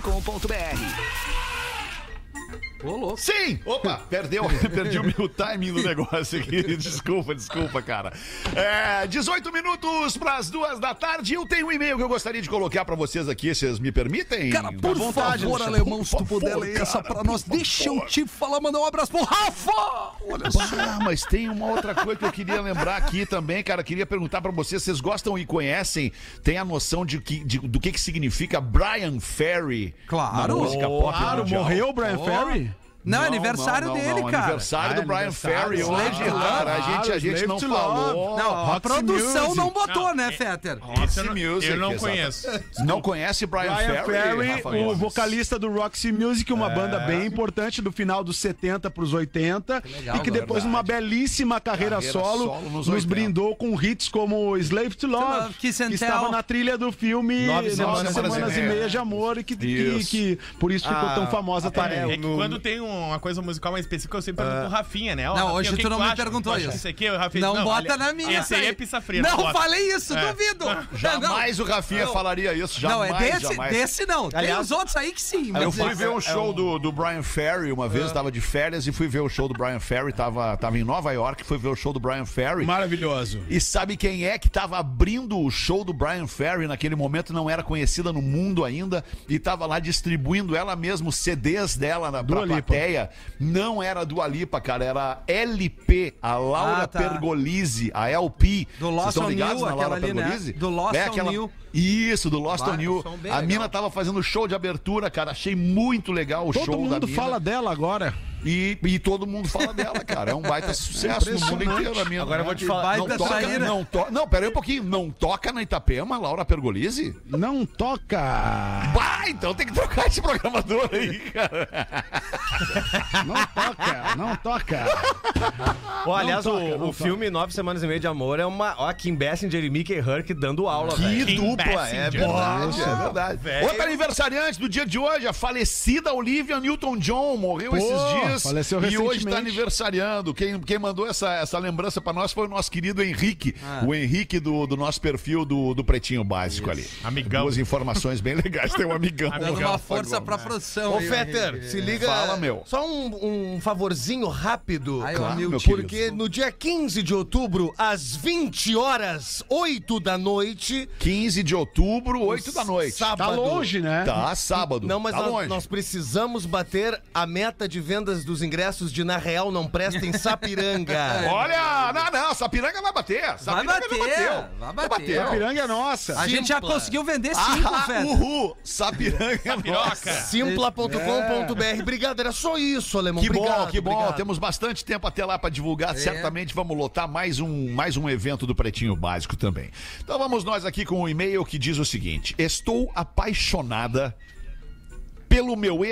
Speaker 1: Ô, louco.
Speaker 2: Sim! Opa, perdeu, perdi o meu timing do negócio aqui. Desculpa, desculpa, cara. É, 18 minutos para as duas da tarde. Eu tenho um e-mail que eu gostaria de colocar para vocês aqui, vocês me permitem?
Speaker 1: Cara,
Speaker 2: Dá
Speaker 1: por
Speaker 2: vontade,
Speaker 1: favor,
Speaker 2: Alexandre.
Speaker 1: alemão,
Speaker 2: Por
Speaker 1: se tu puder
Speaker 2: favor,
Speaker 1: ler
Speaker 2: cara,
Speaker 1: essa pra
Speaker 2: por
Speaker 1: nós, deixa eu
Speaker 2: favor.
Speaker 1: te falar, mandar um abraço pro Rafa! Olha só.
Speaker 2: Ah, mas tem uma outra coisa que eu queria lembrar aqui também, cara. Queria perguntar pra vocês, vocês gostam e conhecem, tem a noção de que, de- do que, que significa Brian Ferry?
Speaker 1: Claro.
Speaker 2: na música pop
Speaker 3: Claro,
Speaker 2: mundial?
Speaker 3: morreu o Brian Ferry?
Speaker 1: Não, é aniversário
Speaker 2: não, não,
Speaker 1: dele,
Speaker 2: não,
Speaker 1: cara.
Speaker 2: Aniversário
Speaker 3: Ah,
Speaker 2: do Brian
Speaker 3: aniversário.
Speaker 2: Ferry
Speaker 1: Slave
Speaker 2: hoje,
Speaker 1: to Love.
Speaker 2: cara. A gente, a
Speaker 3: Claro,
Speaker 2: gente
Speaker 3: Slave
Speaker 2: não
Speaker 3: to Love.
Speaker 2: falou.
Speaker 1: Não, a
Speaker 3: Roxy
Speaker 1: produção
Speaker 3: Music.
Speaker 1: não botou,
Speaker 5: Não,
Speaker 1: né,
Speaker 5: é-
Speaker 1: Fetter?
Speaker 5: Esse eu não-
Speaker 2: Music,
Speaker 5: eu não
Speaker 2: exato.
Speaker 5: conheço.
Speaker 2: Não conhece Brian,
Speaker 3: Brian
Speaker 2: Ferry?
Speaker 3: Ferry,
Speaker 2: Rafa É.
Speaker 3: o
Speaker 2: Gomes?
Speaker 3: vocalista do Roxy Music, uma banda bem importante do final dos 70 para os 80 e que depois numa belíssima carreira,
Speaker 2: Carreira
Speaker 3: solo,
Speaker 2: solo nos
Speaker 3: nos,
Speaker 2: 80.
Speaker 3: brindou com hits como Slave to Love,
Speaker 1: Love, Kiss and
Speaker 3: que estava
Speaker 1: Tell.
Speaker 3: na trilha do filme Nove
Speaker 2: Semanas
Speaker 3: Semanas,
Speaker 2: e
Speaker 3: e
Speaker 2: Meia.
Speaker 3: Meia de Amor e que, que,
Speaker 2: Isso.
Speaker 3: que por isso ficou
Speaker 6: Ah,
Speaker 3: tão famosa também.
Speaker 5: É que
Speaker 6: no-
Speaker 5: quando tem uma coisa musical mais específica, eu sempre pergunto pro Rafinha, né? Ó,
Speaker 1: É. Não,
Speaker 5: Rafinha,
Speaker 1: hoje
Speaker 5: o que
Speaker 1: tu
Speaker 5: que
Speaker 1: não me
Speaker 5: acha?
Speaker 1: perguntou
Speaker 5: Tu acha
Speaker 1: isso.
Speaker 5: Isso aqui, o Rafinha,
Speaker 1: Não, bota
Speaker 5: olha,
Speaker 1: na minha.
Speaker 5: Esse aí é pissafria.
Speaker 1: Não,
Speaker 5: bota.
Speaker 1: falei isso,
Speaker 5: É.
Speaker 1: duvido.
Speaker 2: Jamais
Speaker 1: não.
Speaker 2: o Rafinha falaria isso,
Speaker 1: Não,
Speaker 2: jamais,
Speaker 1: é desse,
Speaker 2: jamais.
Speaker 1: desse É, não. Tem
Speaker 6: Aliás-
Speaker 1: os outros aí que sim.
Speaker 2: Eu
Speaker 1: mas
Speaker 2: fui
Speaker 1: esse-
Speaker 2: ver um show do, do Brian Ferry uma
Speaker 1: É.
Speaker 2: vez, tava de férias e fui ver o show do Brian Ferry, tava, tava em Nova York, fui ver o show do Brian Ferry.
Speaker 3: Maravilhoso.
Speaker 2: E sabe quem é que tava abrindo o show do Brian Ferry naquele momento, não era conhecida no mundo ainda, e tava lá distribuindo ela mesmo, CDs dela na, pra
Speaker 3: Dua Lipa.
Speaker 2: plateia? Não era Dua Lipa, cara, era a LP, a Laura
Speaker 1: Ah, tá.
Speaker 2: Pergolisi, a LP.
Speaker 1: Do
Speaker 2: Vocês
Speaker 1: Lost
Speaker 2: estão
Speaker 1: on
Speaker 2: ligados
Speaker 1: You,
Speaker 2: na Laura
Speaker 1: aquela ali, né?
Speaker 2: Pergolisi?
Speaker 1: Do Lost
Speaker 2: é
Speaker 1: on
Speaker 2: aquela...
Speaker 1: You.
Speaker 2: Isso, do Lost
Speaker 1: Bah,
Speaker 2: on
Speaker 1: um
Speaker 2: You.
Speaker 1: som bem
Speaker 2: A
Speaker 1: legal.
Speaker 2: mina tava fazendo show de abertura, cara, achei muito legal o show
Speaker 3: Todo
Speaker 2: da
Speaker 3: mundo
Speaker 2: mina.
Speaker 3: fala dela agora.
Speaker 2: E, e todo mundo fala dela, cara. É um baita sucesso no mundo inteiro, a mina.
Speaker 6: Agora eu vou te falar. né?
Speaker 1: Baita
Speaker 2: Não toca,
Speaker 1: saída.
Speaker 2: não to... Não, pera aí um pouquinho. Não toca na Itapema, Laura Pergolisi?
Speaker 3: Não toca.
Speaker 2: Bah, então tem que trocar esse programador aí, cara.
Speaker 3: Não toca. Não toca.
Speaker 6: Ó, aliás,
Speaker 3: toca,
Speaker 6: o,
Speaker 3: não
Speaker 6: o filme Nove Semanas e Meia de Amor é uma. Ó, Kim Bessinger e Mickey Herc dando aula, velho.
Speaker 2: Que dupla, é
Speaker 5: Bessinger.
Speaker 2: verdade, é verdade. Outra aniversariante do dia de hoje, a falecida Olivia Newton-John, morreu
Speaker 3: Pô,
Speaker 2: esses dias
Speaker 3: faleceu
Speaker 2: e hoje
Speaker 3: recentemente.
Speaker 2: está aniversariando. Quem, quem mandou essa, essa lembrança para nós foi o nosso querido Henrique, o Henrique do, do nosso perfil do, do Pretinho Básico ali.
Speaker 5: Amigão.
Speaker 2: Duas informações bem legais, tem um amigão.
Speaker 5: Dando
Speaker 1: Tá Dando
Speaker 5: Legal,
Speaker 1: uma força
Speaker 2: Gomes.
Speaker 1: pra produção.
Speaker 4: Ô,
Speaker 1: aí,
Speaker 4: Fetter,
Speaker 1: Henrique.
Speaker 4: se liga.
Speaker 2: Fala, meu.
Speaker 4: Só um, um favorzinho rápido.
Speaker 1: Aí,
Speaker 2: Claro,
Speaker 1: ó, meu
Speaker 2: meu
Speaker 1: tio.
Speaker 2: querido.
Speaker 4: Porque no dia 15 de outubro, às 20 horas, 8 da noite.
Speaker 2: 15 de outubro, 8 da noite.
Speaker 4: Sábado.
Speaker 3: Tá longe, né?
Speaker 2: Tá, sábado.
Speaker 4: Não, mas
Speaker 2: tá
Speaker 4: nós,
Speaker 2: longe.
Speaker 4: nós precisamos bater a meta de vendas dos ingressos de Na Real Não Presta em Sapiranga.
Speaker 2: Olha, não, não, Sapiranga vai bater. Sapiranga
Speaker 1: bater,
Speaker 2: já bateu.
Speaker 1: vai
Speaker 2: Já
Speaker 1: bater.
Speaker 2: bateu.
Speaker 3: Piranga é nossa.
Speaker 1: A gente já
Speaker 4: Simpla.
Speaker 1: conseguiu vender cinco,
Speaker 2: Ah,
Speaker 1: Fetter.
Speaker 2: uhul, Sapiranga é nossa.
Speaker 5: Piroca.
Speaker 4: Simpla.com.br. Obrigado, era só isso, alemão.
Speaker 2: Que
Speaker 4: obrigado,
Speaker 2: bom, que bom.
Speaker 4: obrigado. É.
Speaker 2: Temos bastante tempo até lá para divulgar. Certamente vamos lotar mais um, mais um evento do Pretinho Básico também. Então vamos nós aqui com um e-mail que diz o seguinte: Estou apaixonada pelo meu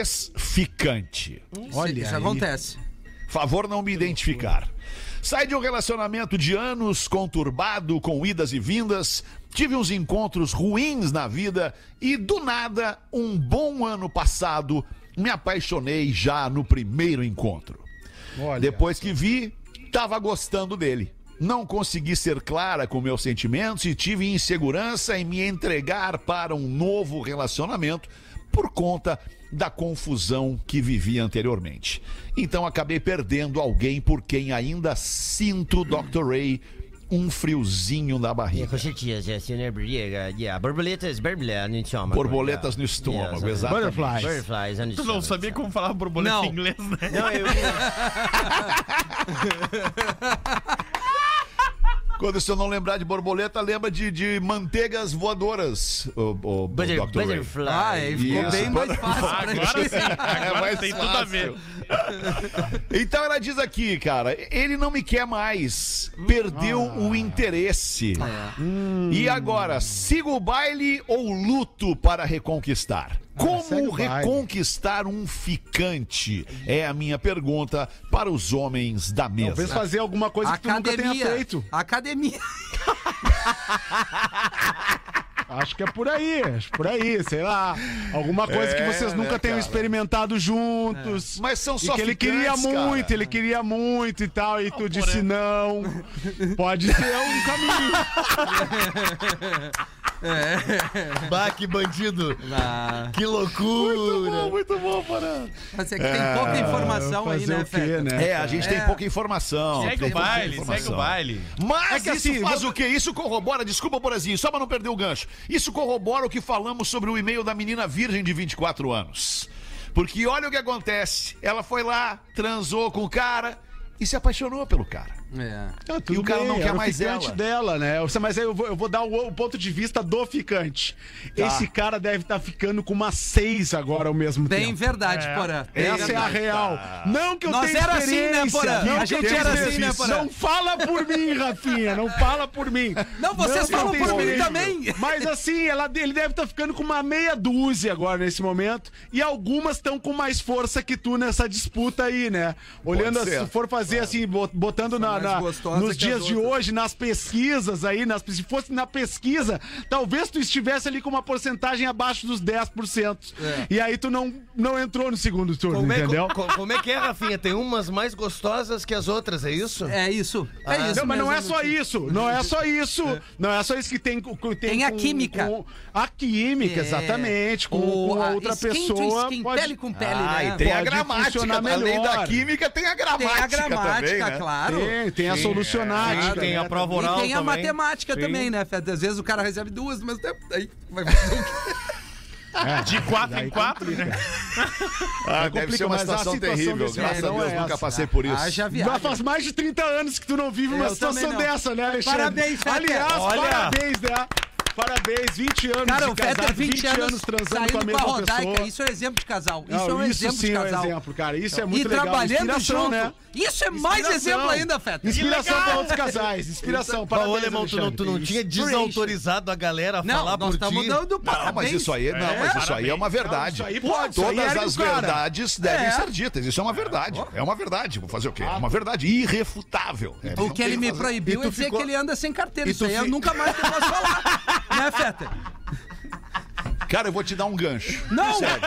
Speaker 2: ex-ficante.
Speaker 1: Olha, isso acontece.
Speaker 2: Favor não me identificar. Sai de um relacionamento de anos conturbado, com idas e vindas. Tive uns encontros ruins na vida e, do nada, um bom ano passado, me apaixonei já no primeiro encontro. Depois que vi, tava gostando dele. Não consegui ser clara com meus sentimentos e tive insegurança em me entregar para um novo relacionamento por conta da confusão que vivi anteriormente. Então acabei perdendo alguém por quem ainda sinto Dr. Ray um friozinho na barriga.
Speaker 8: Com certeza, é assim, né? Yeah, yeah. Borboletas, borboletas no estômago.
Speaker 2: Borboletas no estômago, exatamente.
Speaker 3: Butterflies.
Speaker 8: Butterflies no
Speaker 5: Tu não
Speaker 8: estômago.
Speaker 5: sabia como falar borboleta
Speaker 1: Não.
Speaker 5: em inglês, né?
Speaker 8: Não, eu...
Speaker 2: Quando se eu não lembrar de borboleta, lembra de, de manteigas voadoras, o, o,
Speaker 8: Butter,
Speaker 2: Dr. Ray.
Speaker 8: butterfly.
Speaker 1: Ah, aí ficou
Speaker 2: Isso,
Speaker 1: bem mais fácil pra
Speaker 5: Agora
Speaker 1: ti.
Speaker 5: sim, agora
Speaker 2: É mais
Speaker 5: tem tudo a ver.
Speaker 2: Então ela diz aqui, cara, ele não me quer mais.
Speaker 3: Hum.
Speaker 2: Perdeu
Speaker 3: Ah.
Speaker 2: o interesse.
Speaker 3: É. Hum.
Speaker 2: E agora, sigo o baile ou luto para reconquistar?
Speaker 3: Ah,
Speaker 2: Como reconquistar um ficante? É a minha pergunta para os homens da
Speaker 3: Talvez
Speaker 2: mesa.
Speaker 3: fazer alguma coisa que tu nunca tenha
Speaker 1: Academia.
Speaker 3: feito.
Speaker 1: Academia.
Speaker 3: Acho que é por aí, acho por aí, sei lá. Alguma coisa que vocês nunca tenham experimentado juntos.
Speaker 2: Mas são
Speaker 3: E
Speaker 2: só
Speaker 3: que ele
Speaker 2: ficantes,
Speaker 3: queria
Speaker 2: cara.
Speaker 3: muito, ele queria muito e tal, e tu disse não. Pode ser um caminho.
Speaker 4: Bah, que bandido.
Speaker 1: Ah,
Speaker 4: Que loucura.
Speaker 2: Muito bom, Fernando.
Speaker 1: mas é que tem pouca informação aí,
Speaker 3: Fazer
Speaker 1: né,
Speaker 3: o quê,
Speaker 1: Feta?
Speaker 3: né?
Speaker 2: É, a gente tem pouca informação.
Speaker 5: Segue
Speaker 2: tem
Speaker 5: o
Speaker 2: pouca
Speaker 5: baile, segue
Speaker 2: informação.
Speaker 5: o baile.
Speaker 2: Mas
Speaker 3: É que
Speaker 2: isso
Speaker 3: assim,
Speaker 2: faz o quê? Isso corrobora, desculpa, Borazinho, só pra não perder o gancho. Isso corrobora o que falamos sobre o e-mail da menina virgem de 24 anos. Porque olha o que acontece. Ela foi lá, transou com o cara e se apaixonou pelo cara.
Speaker 1: É.
Speaker 3: Tá, tudo
Speaker 2: E o cara não
Speaker 3: bem,
Speaker 2: quer
Speaker 3: era o
Speaker 2: mais
Speaker 3: ficante
Speaker 2: ela.
Speaker 3: dela, né? Eu- Mas aí eu vou, eu vou dar o, o ponto de vista do ficante. Esse cara deve estar ficando com uma seis agora ao mesmo
Speaker 1: Bem
Speaker 3: tempo.
Speaker 1: verdade, Porã. Bem
Speaker 3: Essa é a
Speaker 1: verdade.
Speaker 3: real. Não que eu
Speaker 1: Nós
Speaker 3: tenha
Speaker 1: era assim, né,
Speaker 3: experiência,
Speaker 1: Porã? A
Speaker 3: Não que eu
Speaker 1: gente
Speaker 3: tenha
Speaker 1: era assim, né,
Speaker 3: experiência.
Speaker 1: Porã?
Speaker 3: Não fala por mim, Rafinha. Não fala por mim.
Speaker 1: Não, vocês
Speaker 3: que eu
Speaker 1: falam
Speaker 3: tenha
Speaker 1: por mim
Speaker 3: experiência.
Speaker 1: também.
Speaker 3: Mas assim, ela, ele deve estar ficando com uma meia dúzia agora nesse momento. E algumas estão com mais força que tu nessa disputa aí, né? Olhando,
Speaker 2: Pode ser.
Speaker 3: se for fazer assim, bot- botando na,
Speaker 1: mais
Speaker 3: na-
Speaker 1: gostosa que as
Speaker 3: nos dias de
Speaker 1: outras.
Speaker 3: hoje, nas pesquisas aí, nas, se fosse na pesquisa, talvez tu estivesse ali com uma porcentagem abaixo dos 10%. E aí tu não, não entrou no segundo turno,
Speaker 4: É. Como é, que,
Speaker 3: entendeu?
Speaker 4: co- como é que é, Rafinha? Tem umas mais gostosas que as outras, é isso?
Speaker 1: É isso. É isso.
Speaker 3: Não, mas não é
Speaker 1: mesmo.
Speaker 3: só isso, não é só isso, não é só isso que tem co- tem,
Speaker 1: Tem a
Speaker 3: com-
Speaker 1: química.
Speaker 3: com- a química,
Speaker 1: É.
Speaker 3: exatamente, com,
Speaker 1: O-
Speaker 3: com a
Speaker 1: a
Speaker 3: outra
Speaker 1: skin to
Speaker 3: pessoa.
Speaker 1: skin,
Speaker 3: pode- Ah,
Speaker 1: pele com pele, né?
Speaker 2: Tem a
Speaker 3: Pode
Speaker 2: gramática,
Speaker 3: funcionar
Speaker 2: além
Speaker 3: melhor.
Speaker 2: da química, tem a
Speaker 1: Tem
Speaker 2: gramática.
Speaker 1: a gramática,
Speaker 2: também, né?
Speaker 1: claro.
Speaker 3: Tem, tem a
Speaker 4: é.
Speaker 3: solucionática.
Speaker 6: Tem, tem a
Speaker 3: né?
Speaker 6: prova
Speaker 1: Ah, E tem
Speaker 6: oral
Speaker 1: a
Speaker 6: também.
Speaker 1: matemática
Speaker 6: Sim.
Speaker 1: também, né, Feta? Às vezes o cara recebe duas, mas aí vai fazer o quê?
Speaker 5: De quatro em quatro, né?
Speaker 2: Ah, deve
Speaker 3: complica,
Speaker 2: ser uma
Speaker 3: É mas a
Speaker 2: situação,
Speaker 3: situação
Speaker 2: terrível.
Speaker 3: desse
Speaker 2: Graças a
Speaker 3: cara não
Speaker 2: Deus,
Speaker 3: é
Speaker 2: nunca
Speaker 3: essa.
Speaker 2: passei por isso.
Speaker 1: Haja
Speaker 3: Já
Speaker 1: viagem.
Speaker 3: faz mais de 30 anos que tu não vive uma
Speaker 1: Eu também
Speaker 3: situação
Speaker 1: não.
Speaker 3: dessa, né, Alexandre?
Speaker 1: Parabéns, Fetter.
Speaker 3: Aliás,
Speaker 6: Olha.
Speaker 3: parabéns, né? Parabéns, 20 anos
Speaker 1: Cara,
Speaker 3: de
Speaker 1: o Fetter
Speaker 3: casado,
Speaker 1: 20, anos
Speaker 3: transando com a
Speaker 1: saindo com a
Speaker 3: mesma
Speaker 1: Rodaica.
Speaker 3: pessoa.
Speaker 1: Isso é exemplo de casal. Isso
Speaker 3: Não,
Speaker 1: é um
Speaker 3: isso
Speaker 1: exemplo
Speaker 3: sim
Speaker 1: de
Speaker 3: é um
Speaker 1: casal.
Speaker 3: exemplo, cara. Isso é muito
Speaker 1: e
Speaker 3: legal.
Speaker 1: trabalhando
Speaker 3: Inspiração,
Speaker 1: junto.
Speaker 3: né?
Speaker 1: Isso é mais
Speaker 3: Inspiração.
Speaker 1: exemplo ainda, Feta.
Speaker 3: Inspiração
Speaker 5: legal!
Speaker 3: para outros casais. Inspiração.
Speaker 4: Bah,
Speaker 3: Parabéns,
Speaker 4: Ô, alemão, tu não, tu não
Speaker 3: Alexandre.
Speaker 4: tinha desautorizado a galera a falar
Speaker 1: Não, nós
Speaker 4: por
Speaker 1: estamos
Speaker 4: ti?
Speaker 1: dando
Speaker 2: Não,
Speaker 1: parabéns.
Speaker 2: mas isso aí, não, mas isso aí é uma verdade.
Speaker 3: Não, isso aí pode, isso aí
Speaker 2: Todas
Speaker 3: ergue o
Speaker 2: as
Speaker 3: cara.
Speaker 2: verdades devem
Speaker 1: É.
Speaker 2: ser ditas. Isso é uma verdade. É uma verdade. Vou fazer o quê?
Speaker 3: Ah.
Speaker 2: É uma verdade irrefutável. É,
Speaker 1: O
Speaker 2: não
Speaker 1: que
Speaker 2: tem
Speaker 1: ele me
Speaker 2: fazer.
Speaker 1: proibiu
Speaker 4: E tu
Speaker 1: é dizer
Speaker 4: ficou-
Speaker 1: que ele anda sem carteira.
Speaker 4: E
Speaker 1: Isso
Speaker 4: tu
Speaker 1: aí eu
Speaker 4: fi-
Speaker 1: nunca mais que eu posso falar. né, Feta?
Speaker 2: Cara, eu vou te dar um gancho.
Speaker 1: Não!
Speaker 2: Sério.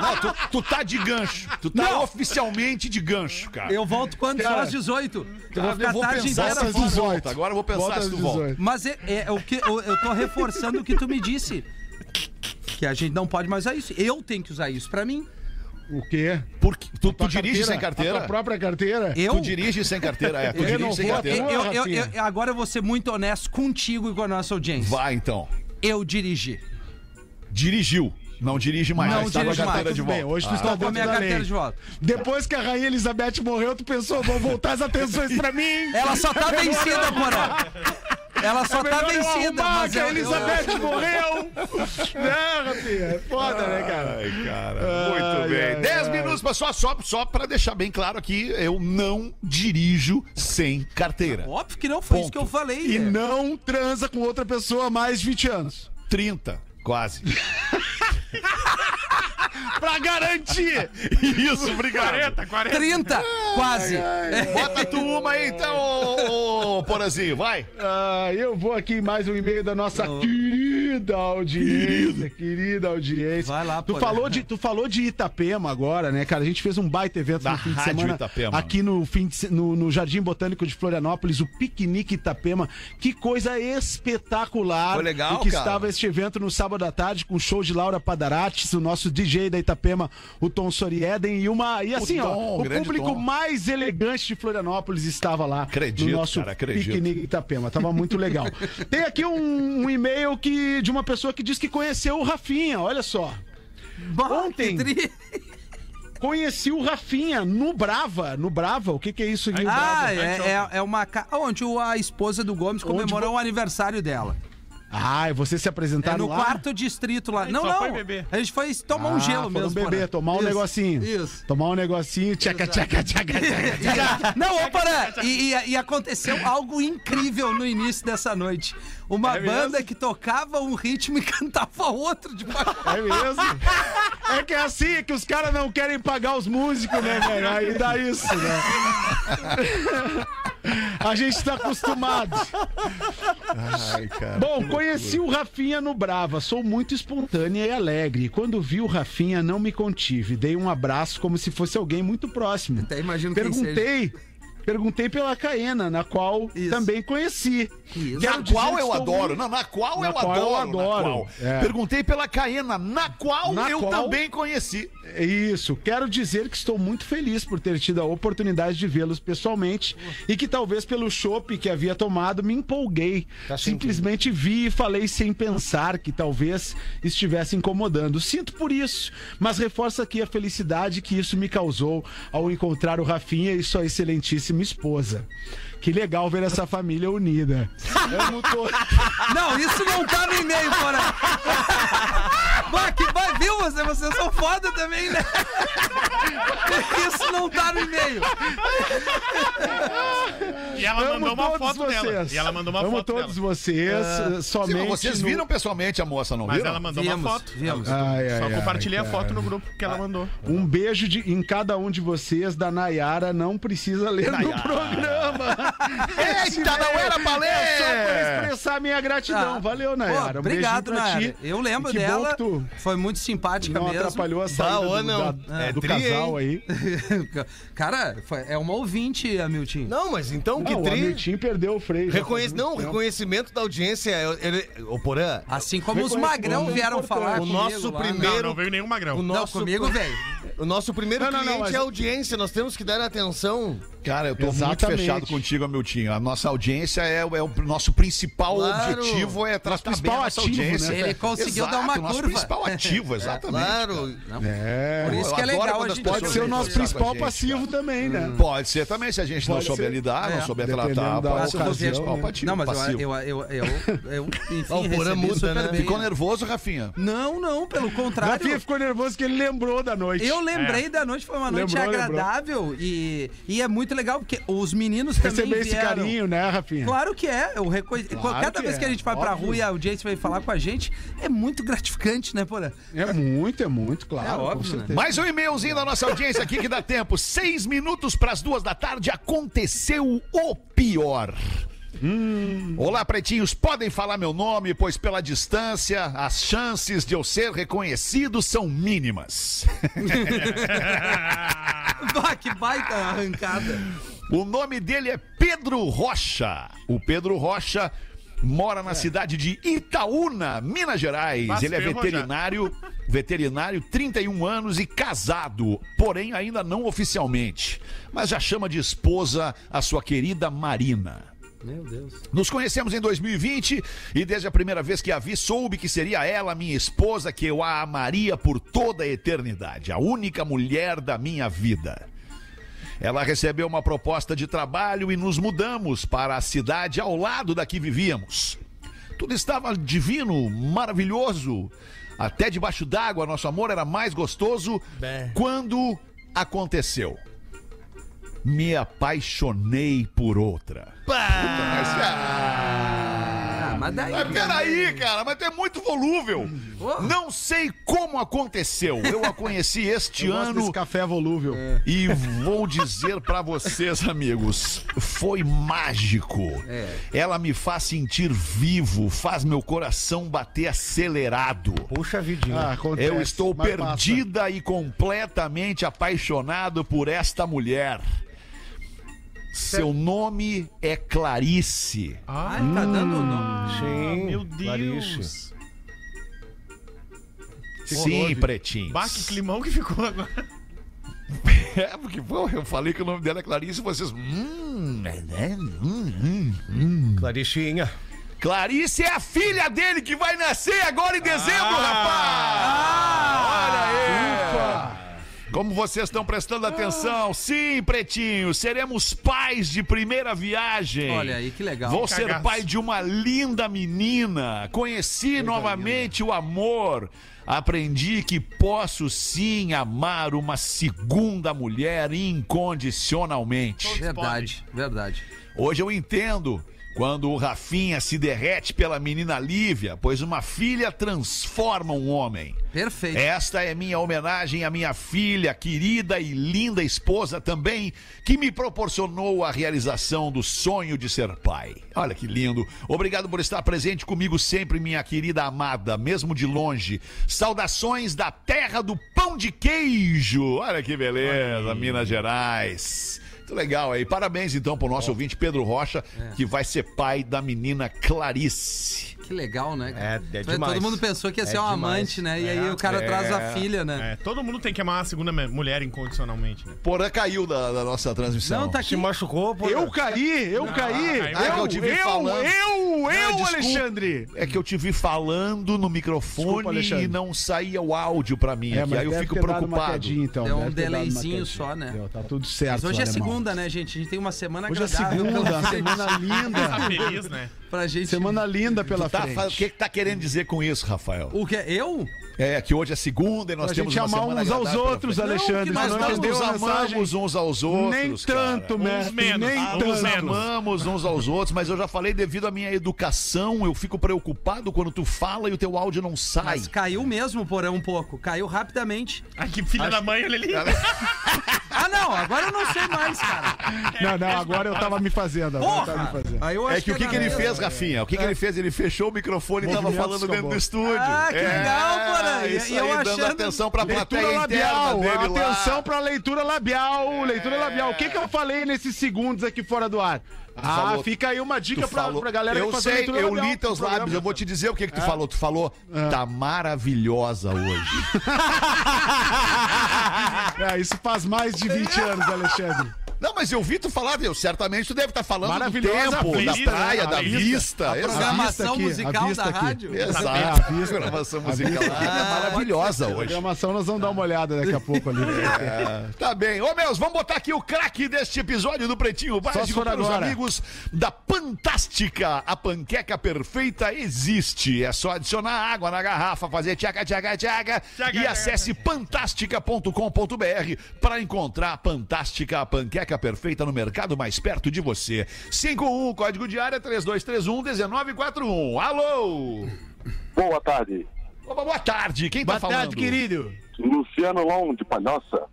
Speaker 2: Não, tu, tu tá de gancho. Tu tá oficialmente de gancho, cara.
Speaker 1: Eu volto quando for
Speaker 3: Cara,
Speaker 1: às 18. Eu vou
Speaker 2: Ah,
Speaker 1: ficar a tarde
Speaker 2: pensar
Speaker 1: inteira
Speaker 2: se tu
Speaker 3: fora.
Speaker 2: volta. Agora eu vou pensar
Speaker 3: Volta
Speaker 2: se
Speaker 3: às
Speaker 2: tu volta.
Speaker 3: 18.
Speaker 1: Mas é, é o que eu, eu tô reforçando o que tu me disse. Que a gente não pode mais usar isso. Eu tenho que usar isso pra mim.
Speaker 3: O quê?
Speaker 2: Porque tu, tu
Speaker 3: Tua
Speaker 2: dirige sem
Speaker 3: A
Speaker 2: carteira?
Speaker 3: tua própria carteira?
Speaker 1: Eu.
Speaker 2: Tu dirige sem carteira, é. Tu
Speaker 3: Eu
Speaker 2: dirige
Speaker 3: não
Speaker 2: sem
Speaker 1: Eu,
Speaker 3: vou
Speaker 2: carteira.
Speaker 3: até-
Speaker 1: eu- eu-
Speaker 3: Rafinha.
Speaker 1: eu- agora eu vou ser muito honesto contigo e com a nossa audiência.
Speaker 2: Vai então.
Speaker 1: Eu dirigi.
Speaker 2: Dirigiu. Não dirige mais.
Speaker 1: Não
Speaker 2: Mas tá com a
Speaker 1: dirige
Speaker 2: carteira
Speaker 1: mais.
Speaker 2: de
Speaker 3: Tudo
Speaker 2: volta.
Speaker 3: bem, hoje tu
Speaker 1: Tô
Speaker 3: está
Speaker 1: com a
Speaker 3: dentro
Speaker 1: minha
Speaker 3: da
Speaker 1: carteira
Speaker 3: lei.
Speaker 1: de volta.
Speaker 3: Depois que a Rainha Elizabeth morreu, tu pensou, vão voltar as atenções pra mim. É
Speaker 1: Ela só tá vencida, porra. Ela só tá
Speaker 3: Melhor eu
Speaker 1: vencida,
Speaker 3: arrumar
Speaker 1: mas
Speaker 3: que a
Speaker 1: eu- eu-
Speaker 3: Elizabeth morreu. Não, Rafinha, é foda, né, cara?
Speaker 2: Ai, cara, muito
Speaker 3: Ai,
Speaker 2: bem.
Speaker 3: ai,
Speaker 2: 10
Speaker 3: ai.
Speaker 2: minutos, mas só, só, só pra deixar bem claro aqui, eu não dirijo sem carteira.
Speaker 1: Óbvio que não foi isso
Speaker 2: Ponto.
Speaker 1: que eu falei.
Speaker 3: E
Speaker 1: né?
Speaker 3: não transa com outra pessoa há mais de 20 anos.
Speaker 2: 30, quase.
Speaker 3: Pra garantir.
Speaker 2: Isso, obrigado.
Speaker 5: 40.
Speaker 1: 30, quase. É.
Speaker 2: Bota tu uma aí, então, ô, ô, Porazinho, vai.
Speaker 3: Ah, eu vou aqui em mais um e-mail da nossa querida audiência, querida audiência.
Speaker 1: Vai lá,
Speaker 3: tu
Speaker 1: Porã.
Speaker 3: falou de Tu falou de Itapema agora, né, cara? A gente fez um baita evento
Speaker 2: Da
Speaker 3: no fim de
Speaker 2: Rádio
Speaker 3: semana
Speaker 2: Itapema.
Speaker 3: aqui no, fim de se- no, no Jardim Botânico de Florianópolis, o Piquenique Itapema. Que coisa espetacular.
Speaker 4: Foi legal,
Speaker 3: e que
Speaker 4: cara.
Speaker 3: estava este evento no sábado à tarde com o show de Laura Padarati, o nosso DJ da Itapema, o Tom Sorieden e uma. E assim,
Speaker 2: Tom,
Speaker 3: ó, o
Speaker 2: grande
Speaker 3: público
Speaker 2: Tom.
Speaker 3: mais elegante de Florianópolis estava lá
Speaker 2: Acredito,
Speaker 3: no nosso
Speaker 2: cara, acredito.
Speaker 3: piquenique Itapema. Tava muito legal. Tem aqui um, um e-mail que, de uma pessoa que diz que conheceu o Rafinha, olha só. Ontem.
Speaker 1: Tri...
Speaker 3: Conheci o Rafinha no Brava. No Brava, o que, que é isso aqui?
Speaker 1: Ah, é, é, é uma. ca- Onde o- a esposa do Gomes comemorou o aniversário dela.
Speaker 3: Ah, e vocês se
Speaker 1: É
Speaker 3: apresentaram
Speaker 1: no
Speaker 3: lá? Ah,
Speaker 1: quarto distrito lá. Não,
Speaker 5: só
Speaker 1: não.
Speaker 5: foi beber.
Speaker 1: A gente foi tomar um gelo
Speaker 3: foram
Speaker 1: mesmo.
Speaker 3: beber,
Speaker 1: Porã.
Speaker 3: tomar um
Speaker 1: Isso,
Speaker 3: negocinho.
Speaker 1: Isso.
Speaker 3: Tomar um negocinho, tchaca, tchaca, tchaca, tchaca.
Speaker 1: Não, ô Porã, e, e- e aconteceu algo incrível no início dessa noite.
Speaker 5: É
Speaker 1: Uma banda que tocava um ritmo e cantava outro de pagode.
Speaker 3: É mesmo? É que é assim, é que os caras não querem pagar os músicos, né, velho? Aí dá isso, né? A gente tá acostumado.
Speaker 2: Ai, cara.
Speaker 3: Bom, conheci o Rafinha no Brava. Sou muito espontânea e alegre. Quando vi o Rafinha, não me contive. Dei um abraço como se fosse alguém muito próximo.
Speaker 1: Até imagino quem
Speaker 3: Perguntei. Perguntei pela Caena, na qual
Speaker 1: Isso.
Speaker 3: também conheci.
Speaker 1: Isso.
Speaker 3: Quero
Speaker 2: Na
Speaker 3: dizer
Speaker 2: qual
Speaker 3: que
Speaker 2: eu
Speaker 3: estou
Speaker 2: adoro. Não, na qual
Speaker 3: Na
Speaker 2: eu
Speaker 3: qual
Speaker 2: adoro.
Speaker 3: eu
Speaker 2: na
Speaker 3: adoro.
Speaker 2: qual.
Speaker 3: É.
Speaker 2: Perguntei pela Caena, na qual
Speaker 3: Na
Speaker 2: eu
Speaker 3: qual-
Speaker 2: também conheci.
Speaker 3: É Isso, quero dizer que estou muito feliz por ter tido a oportunidade de vê-los pessoalmente e que talvez pelo chopp que havia tomado me empolguei.
Speaker 2: Tá
Speaker 3: Simplesmente vi e falei sem pensar que talvez estivesse incomodando. Sinto por isso, mas reforço aqui a felicidade que isso me causou ao encontrar o Rafinha e sua excelentíssima esposa. Que legal ver essa família unida. Amo todos.
Speaker 1: Não, isso não tá no e-mail, Porã. Bah, que vai, viu? Você- Vocês são foda também, né? Isso não tá no e-mail.
Speaker 5: E ela
Speaker 3: Amo
Speaker 5: mandou uma
Speaker 3: todos
Speaker 5: foto dela.
Speaker 3: vocês.
Speaker 5: E ela mandou uma
Speaker 3: Amo
Speaker 5: foto
Speaker 3: todos
Speaker 5: dela.
Speaker 3: vocês,
Speaker 2: Ah. Sim,
Speaker 3: somente
Speaker 2: mas vocês
Speaker 3: no-
Speaker 2: viram pessoalmente a moça, não
Speaker 5: Mas
Speaker 2: viram?
Speaker 5: ela mandou
Speaker 1: Vimos,
Speaker 5: uma foto.
Speaker 1: vimos. Ah.
Speaker 3: Ai, ai,
Speaker 5: Só
Speaker 3: ai,
Speaker 5: compartilhei a
Speaker 3: cara.
Speaker 5: foto no grupo que ela mandou.
Speaker 3: Um beijo de- em cada um de vocês, da Nayara, não precisa ler no programa.
Speaker 2: Eita, não era pra ler!
Speaker 3: É só pra expressar minha gratidão.
Speaker 1: Ah,
Speaker 3: Valeu,
Speaker 1: Pô,
Speaker 3: Nayara. Um
Speaker 1: obrigado,
Speaker 3: beijinho pra
Speaker 1: Nayara.
Speaker 3: ti.
Speaker 1: Eu lembro
Speaker 3: E que
Speaker 1: dela.
Speaker 3: Bom que tu
Speaker 1: Foi muito simpática
Speaker 3: não
Speaker 1: mesmo.
Speaker 3: atrapalhou a saída
Speaker 4: Bah, ô,
Speaker 3: do,
Speaker 4: não.
Speaker 3: da-
Speaker 4: É
Speaker 3: do
Speaker 4: tri,
Speaker 3: casal aí.
Speaker 1: Cara, foi- é uma ouvinte, Hamilton.
Speaker 4: Não, mas então,
Speaker 3: Não,
Speaker 4: que
Speaker 3: o
Speaker 4: tri...
Speaker 3: Hamilton perdeu o freio. já
Speaker 4: Reconhece...
Speaker 3: faz muito
Speaker 4: Não,
Speaker 3: tempo.
Speaker 4: reconhecimento da audiência. eu- ele- Ô, Porã,
Speaker 1: Assim como os
Speaker 3: Reconhecimento
Speaker 1: magrão
Speaker 3: é
Speaker 1: vieram
Speaker 3: importante.
Speaker 1: falar
Speaker 3: O
Speaker 1: comigo
Speaker 4: nosso
Speaker 1: lá.
Speaker 4: primeiro-
Speaker 5: Não, não veio nenhum magrão.
Speaker 4: o
Speaker 1: Não,
Speaker 4: nosso,
Speaker 1: comigo veio.
Speaker 4: o nosso primeiro
Speaker 3: Não, não, não,
Speaker 4: cliente
Speaker 3: mas-
Speaker 4: é a audiência. Nós temos que dar atenção.
Speaker 2: Cara, eu tô
Speaker 3: Exatamente.
Speaker 2: muito fechado contigo, Amiltinho. A nossa audiência é, é o nosso principal
Speaker 4: Claro.
Speaker 2: objetivo, é tratar
Speaker 3: Nosso principal
Speaker 2: bem a nossa
Speaker 3: ativo,
Speaker 2: audiência.
Speaker 3: né?
Speaker 1: Ele conseguiu
Speaker 2: Exato,
Speaker 1: dar uma
Speaker 2: nosso
Speaker 1: curva. É.
Speaker 2: principal ativo, exatamente.
Speaker 4: Claro.
Speaker 3: É.
Speaker 1: Por
Speaker 2: Eu
Speaker 1: isso que é
Speaker 2: adoro
Speaker 1: legal
Speaker 2: quando
Speaker 1: a
Speaker 2: as
Speaker 1: gente
Speaker 2: pessoas
Speaker 3: Pode ser o nosso
Speaker 2: Saco a
Speaker 3: principal
Speaker 2: gente,
Speaker 3: passivo também, né?
Speaker 4: Hum.
Speaker 2: Pode ser também, se a gente não
Speaker 3: Pode
Speaker 2: souber
Speaker 3: ser.
Speaker 2: lidar,
Speaker 1: É.
Speaker 2: não souber
Speaker 3: Dependendo
Speaker 2: tratar,
Speaker 3: da
Speaker 2: pode ser o
Speaker 3: ocasião,
Speaker 2: principal
Speaker 3: né?
Speaker 2: ativo.
Speaker 1: Não, mas
Speaker 2: passivo.
Speaker 1: eu, eu, eu, eu, eu enfim,
Speaker 4: Ah, o Porã
Speaker 1: recebi
Speaker 4: muda,
Speaker 1: super
Speaker 4: né?
Speaker 1: bem.
Speaker 2: Ficou nervoso, Rafinha?
Speaker 1: Não, não, pelo contrário.
Speaker 3: Rafinha ficou nervoso que ele lembrou da noite.
Speaker 1: Eu
Speaker 4: É.
Speaker 1: lembrei da noite, foi uma noite
Speaker 3: É. Lembrou, lembrou.
Speaker 1: agradável e, e é muito legal porque os meninos também
Speaker 3: Receber esse
Speaker 1: vieram.
Speaker 3: carinho, né, Rafinha?
Speaker 1: Claro que é, eu reconhe...
Speaker 3: Claro
Speaker 1: cada
Speaker 3: que
Speaker 1: vez
Speaker 3: é,
Speaker 1: que a gente vai pra
Speaker 3: óbvio.
Speaker 1: rua e a audiência vai falar com a gente, é muito gratificante, né, Porã?
Speaker 3: É muito, é muito, claro.
Speaker 1: É
Speaker 3: com
Speaker 1: óbvio, né?
Speaker 3: certeza.
Speaker 2: Mais um e-mailzinho da nossa audiência aqui que dá tempo. Seis minutos para as duas da tarde aconteceu o pior. Olá, pretinhos. Podem falar meu nome, pois pela distância, as chances de eu ser reconhecido são mínimas.
Speaker 1: Bah, que baita arrancada.
Speaker 2: O nome dele é Pedro Rocha. O Pedro Rocha mora na cidade de Itaúna, Minas Gerais.
Speaker 5: Mas
Speaker 2: Ele é
Speaker 5: ferrou
Speaker 2: veterinário, veterinário, 31 anos e casado, porém ainda não oficialmente, mas já chama de esposa a sua querida Marina. Nos conhecemos em 2020 e desde a primeira vez que a vi, soube que seria ela, minha esposa, que eu a amaria por toda a eternidade, a única mulher da minha vida. Ela recebeu uma proposta de trabalho e nos mudamos para a cidade ao lado da que vivíamos. Tudo estava divino, maravilhoso. Até debaixo d'água, nosso amor era mais gostoso quando aconteceu. Me apaixonei por outra.
Speaker 1: Ah, mas daí.
Speaker 2: Mas peraí, cara, mas tu é muito volúvel.
Speaker 3: Hum.
Speaker 2: Não sei como aconteceu. Eu a conheci este
Speaker 3: Eu gosto
Speaker 2: ano
Speaker 3: desse café volúvel.
Speaker 4: É.
Speaker 2: e vou dizer pra vocês, amigos, foi mágico. Ela me faz sentir vivo, faz meu coração bater acelerado.
Speaker 6: Puxa vidinha.
Speaker 3: Ah, acontece,
Speaker 2: Eu estou
Speaker 3: mas
Speaker 2: perdida e completamente apaixonado por esta mulher. Seu nome é Clarice.
Speaker 1: Ai, um
Speaker 2: Hum.
Speaker 1: tá dando o nome.
Speaker 6: Sim.
Speaker 5: Meu Deus.
Speaker 6: Clarice.
Speaker 2: Sim, pretinhos.
Speaker 5: Bah, que climão que ficou agora.
Speaker 2: É, porque pô, eu falei que o nome dela é Clarice e vocês. Hum, é, né? Hum, hum, hum.
Speaker 6: Claricinha.
Speaker 2: Clarice é a filha dele que vai nascer agora em dezembro,
Speaker 1: Ah.
Speaker 2: rapaz! Olha aí! Como vocês estão prestando atenção,
Speaker 1: Ah.
Speaker 2: sim, pretinho, seremos pais de primeira viagem.
Speaker 1: Olha aí, que legal.
Speaker 2: Vou
Speaker 5: Cagaço.
Speaker 2: ser pai de uma linda menina. Conheci novamente o amor. Aprendi que posso sim amar uma segunda mulher incondicionalmente.
Speaker 1: Verdade, verdade.
Speaker 2: Hoje eu entendo quando o Rafinha se derrete pela menina Lívia, pois uma filha transforma um homem.
Speaker 1: Perfeito.
Speaker 2: Esta é minha homenagem à minha filha, querida e linda esposa também, que me proporcionou a realização do sonho de ser pai. Olha que lindo. Obrigado por estar presente comigo sempre, minha querida amada, mesmo de longe. Saudações da terra do pão de queijo. Olha que beleza, Minas Gerais. Muito legal aí. Parabéns então pro nosso ouvinte Pedro Rocha, que vai ser pai da menina Clarice.
Speaker 1: Que legal, né? cara?
Speaker 6: É, é
Speaker 1: Todo
Speaker 6: demais.
Speaker 1: mundo pensou que ia ser
Speaker 6: É
Speaker 1: um
Speaker 6: demais.
Speaker 1: amante, né? E
Speaker 3: É.
Speaker 1: aí o cara traz a filha, né?
Speaker 5: É, todo mundo tem que amar a segunda me- mulher incondicionalmente, né?
Speaker 2: Porã caiu da, da nossa transmissão.
Speaker 1: Não, tá aqui.
Speaker 6: Se machucou, pô.
Speaker 3: Eu caí, eu caí.
Speaker 5: caiu.
Speaker 3: Eu,
Speaker 5: Ah,
Speaker 2: que eu te vi
Speaker 3: eu,
Speaker 2: falando.
Speaker 3: eu, eu,
Speaker 2: é desculpa.
Speaker 3: Alexandre.
Speaker 2: É que eu te vi falando no
Speaker 3: Desculpa,
Speaker 2: microfone
Speaker 3: Alexandre.
Speaker 2: e não saía o áudio pra
Speaker 3: É,
Speaker 2: mim. aqui. Aí eu fico preocupado.
Speaker 3: então.
Speaker 1: Deu um
Speaker 3: deve ter dado uma
Speaker 1: delayzinho
Speaker 3: quedinha.
Speaker 1: só, né?
Speaker 3: Deu, tá tudo certo.
Speaker 1: Mas hoje é
Speaker 3: alemão.
Speaker 1: segunda, né, gente? A gente tem uma semana
Speaker 3: Hoje é
Speaker 1: agradável
Speaker 3: segunda,
Speaker 1: pela
Speaker 3: uma
Speaker 1: frente
Speaker 3: semana linda.
Speaker 5: Tá feliz, né?
Speaker 1: pra gente.
Speaker 3: Semana linda pela
Speaker 2: Tá, fa- o
Speaker 3: frente.
Speaker 2: que, que tá querendo dizer com isso, Rafael?
Speaker 1: O que? Eu?
Speaker 2: É que hoje é segunda e nós
Speaker 3: Pra
Speaker 2: temos
Speaker 3: gente
Speaker 2: uma
Speaker 3: amar
Speaker 2: semana
Speaker 3: uns aos
Speaker 2: agradável pela
Speaker 3: outros,
Speaker 2: frente.
Speaker 3: Alexandre.
Speaker 1: Não, que
Speaker 3: Nós
Speaker 1: nós
Speaker 3: não
Speaker 1: não
Speaker 2: Nós
Speaker 3: entendeu
Speaker 2: nos
Speaker 3: a mensagem.
Speaker 2: amamos uns aos outros.
Speaker 3: Nem
Speaker 2: cara.
Speaker 3: tanto, mestre.
Speaker 5: menos,
Speaker 3: Nem
Speaker 5: uns
Speaker 3: tanto.
Speaker 5: menos.
Speaker 2: Amamos uns aos outros, mas eu já falei devido à minha educação, eu fico preocupado quando tu fala e o teu áudio não sai.
Speaker 1: Mas caiu mesmo, porém, um pouco. Caiu rapidamente.
Speaker 5: Ai, que filha da mãe, olha ali.
Speaker 1: Ah, não, agora eu não sei mais, cara.
Speaker 3: Não, não, agora eu tava me fazendo. Agora eu tava tá me
Speaker 1: Porra!
Speaker 3: fazendo.
Speaker 1: Aí eu
Speaker 2: É
Speaker 1: acho
Speaker 2: que o que,
Speaker 1: era
Speaker 2: que ele
Speaker 1: mesmo.
Speaker 2: fez, Rafinha? O que, que
Speaker 3: É.
Speaker 2: ele fez? Ele fechou o microfone e tava
Speaker 3: Movimentos
Speaker 2: falando dentro do
Speaker 3: acabou.
Speaker 2: estúdio. É.
Speaker 1: Ah, que legal, Porã. E-
Speaker 2: isso
Speaker 1: e eu
Speaker 2: aí, dando
Speaker 1: achando-
Speaker 2: atenção pra
Speaker 3: Leitura
Speaker 2: plateia interna
Speaker 3: labial, Ah,
Speaker 2: dele lá.
Speaker 3: atenção pra leitura labial, leitura labial. O que, que eu falei nesses segundos aqui fora do ar? Ah,
Speaker 2: falou-
Speaker 3: fica aí uma
Speaker 2: Tu
Speaker 3: dica pra,
Speaker 2: falou-
Speaker 3: pra galera
Speaker 2: eu
Speaker 3: que faz a
Speaker 2: sei,
Speaker 3: leitura
Speaker 2: eu
Speaker 3: labial
Speaker 2: li
Speaker 3: pro
Speaker 2: teus
Speaker 3: programa. Ah.
Speaker 2: lábios, eu vou te dizer o que, que tu falou. Tu falou, tá maravilhosa hoje.
Speaker 3: É, isso faz mais de 20 anos, Alexandre.
Speaker 2: Não, mas eu vi tu falar, eu, certamente tu deve estar falando do
Speaker 3: Maravilhosa
Speaker 2: tempo,
Speaker 5: feliz,
Speaker 2: da praia,
Speaker 5: né?
Speaker 2: da
Speaker 5: A
Speaker 2: vista. Exato.
Speaker 1: Programação
Speaker 3: aqui, a
Speaker 1: musical
Speaker 3: vista
Speaker 1: da
Speaker 3: aqui.
Speaker 1: rádio.
Speaker 2: Exato.
Speaker 3: A vista.
Speaker 2: Programação musical é maravilhosa hoje.
Speaker 3: Programação nós vamos dar uma olhada daqui a pouco ali.
Speaker 2: Tá bem. Ô, meus, vamos botar aqui o craque deste episódio do Pretinho
Speaker 3: Só se
Speaker 2: Básico
Speaker 3: for
Speaker 2: para os
Speaker 3: agora.
Speaker 2: amigos da Fantástica. A panqueca perfeita existe. É só adicionar água na garrafa, fazer tchaca, tchaca, tchaca
Speaker 5: Tchaca,
Speaker 2: e
Speaker 5: tchaca,
Speaker 2: acesse fantástica.com.br para encontrar a Fantástica, a panqueca perfeita no mercado mais perto de você. 51, código de área 3231 1941. Alô!
Speaker 9: Boa tarde.
Speaker 2: Opa, boa tarde, quem tá falando?
Speaker 3: querido.
Speaker 9: Luciano Long de Palhoça.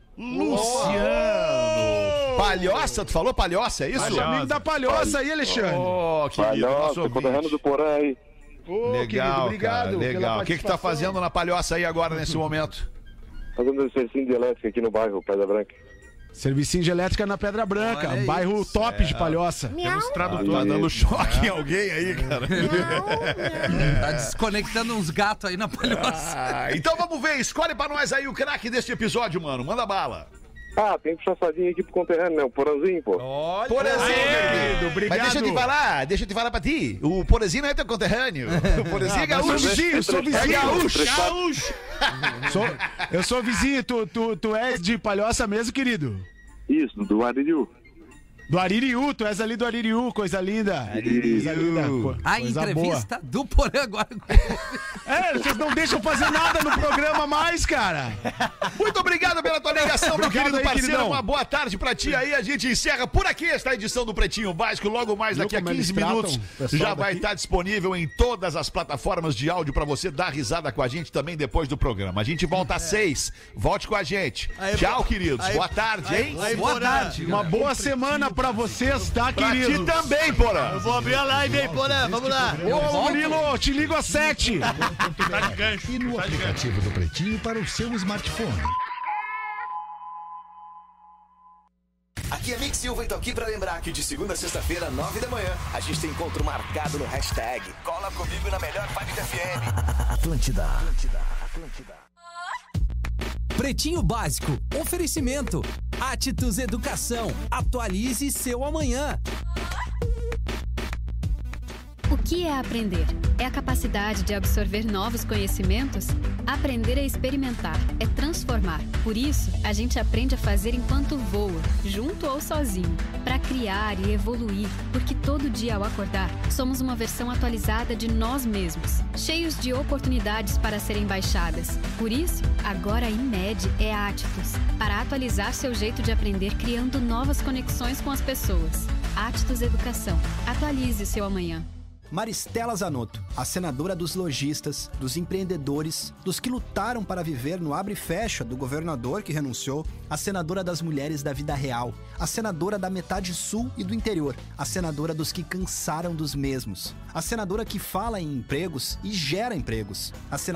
Speaker 2: Luciano! Palhoça, tu falou palhoça, é isso?
Speaker 5: Palhoça.
Speaker 3: Amigo da palhoça aí, Alexandre.
Speaker 2: Ô, querido, nosso
Speaker 9: Palhoça, conterrâneo do
Speaker 2: ouvinte.
Speaker 9: Porã aí.
Speaker 3: Ô,
Speaker 2: Legal,
Speaker 3: querido,
Speaker 2: obrigado.
Speaker 3: obrigado. pela
Speaker 2: legal. O que que tá
Speaker 3: participação.
Speaker 2: fazendo na palhoça aí agora, nesse momento?
Speaker 9: Fazendo um exercício de elétrica aqui no bairro Pedra Branca.
Speaker 3: Servicinho de elétrica na Pedra Branca,
Speaker 1: Olha
Speaker 3: bairro
Speaker 2: é.
Speaker 3: top de palhoça.
Speaker 5: Temos tradutor.
Speaker 2: Tá
Speaker 9: Aí.
Speaker 2: dando choque em alguém aí, cara.
Speaker 3: É.
Speaker 1: Tá desconectando uns gatos aí na palhoça.
Speaker 2: Ah, então vamos ver, escolhe pra nós aí o craque deste episódio, mano. Manda bala.
Speaker 9: Ah, tem que puxar sardinha aqui pro conterrâneo, né? O Porãzinho, pô.
Speaker 6: Olha,
Speaker 2: Porazinho, querido,
Speaker 3: obrigado.
Speaker 2: Mas deixa eu te falar, deixa eu te falar pra ti. O Porazinho não é teu conterrâneo. O Porazinho é
Speaker 3: Eu
Speaker 2: gaúcho.
Speaker 3: sou vizinho, sou
Speaker 2: É
Speaker 3: vizinho.
Speaker 2: gaúcho.
Speaker 3: Sou- eu sou vizinho, tu, tu, tu és de palhoça mesmo, querido?
Speaker 9: Isso, do Aririu.
Speaker 3: Do Aririú, tu és ali do Aririú, coisa linda. Coisa linda. co-
Speaker 1: A
Speaker 3: coisa
Speaker 1: entrevista do Porã agora.
Speaker 3: boa. É, vocês não deixam fazer nada no programa mais, cara.
Speaker 2: Muito obrigado pela tua ligação, meu
Speaker 3: Obrigado
Speaker 2: querido
Speaker 3: aí,
Speaker 2: parceiro.
Speaker 3: queridão.
Speaker 2: Uma boa tarde pra ti aí. A gente encerra por aqui esta edição do Pretinho Básico. Logo mais
Speaker 3: Viu
Speaker 2: daqui a
Speaker 3: como
Speaker 2: 15
Speaker 3: eles tratam
Speaker 2: minutos
Speaker 3: o pessoal
Speaker 2: já vai
Speaker 3: daqui?
Speaker 2: estar disponível em todas as plataformas de áudio pra você dar risada com a gente também depois do programa. A gente volta às seis. Volte com a gente. Tchau, queridos. boa tarde, hein?
Speaker 1: Boa tarde.
Speaker 3: Uma
Speaker 1: galera.
Speaker 3: boa semana pra vocês, tá,
Speaker 2: pra ti
Speaker 3: querido?
Speaker 2: também, Porã.
Speaker 6: Vou abrir a live aí, Porã, vamos lá.
Speaker 3: Ô, Murilo, te ligo às sete.
Speaker 5: Tá de gancho.
Speaker 10: E no
Speaker 5: Tá de gancho.
Speaker 10: aplicativo do Pretinho para o seu smartphone.
Speaker 7: Aqui é Mick Silva e tô aqui pra lembrar que de segunda a sexta-feira, nove da manhã, a gente tem encontro marcado no hashtag Cola Comigo na Melhor Vibe da FM. Atlântida. Atlântida. Atlântida.
Speaker 11: Pretinho Básico. Oferecimento. Atitudes Educação. Atualize seu amanhã.
Speaker 12: O que é aprender? É a capacidade de absorver novos conhecimentos? Aprender é experimentar, é transformar. Por isso, a gente aprende a fazer enquanto voa, junto ou sozinho, para criar e evoluir, porque todo dia ao acordar, somos uma versão atualizada de nós mesmos, cheios de oportunidades para serem baixadas. Por isso, agora a IMED é a Atitudes, para atualizar seu jeito de aprender criando novas conexões com as pessoas. Atitudes Educação. Atualize seu amanhã.
Speaker 13: Maristela Zanotto, a senadora dos lojistas, dos empreendedores, dos que lutaram para viver no abre e fecha do governador que renunciou, a senadora das mulheres da vida real, a senadora da metade sul e do interior, a senadora dos que cansaram dos mesmos, a senadora que fala em empregos e gera empregos, a senadora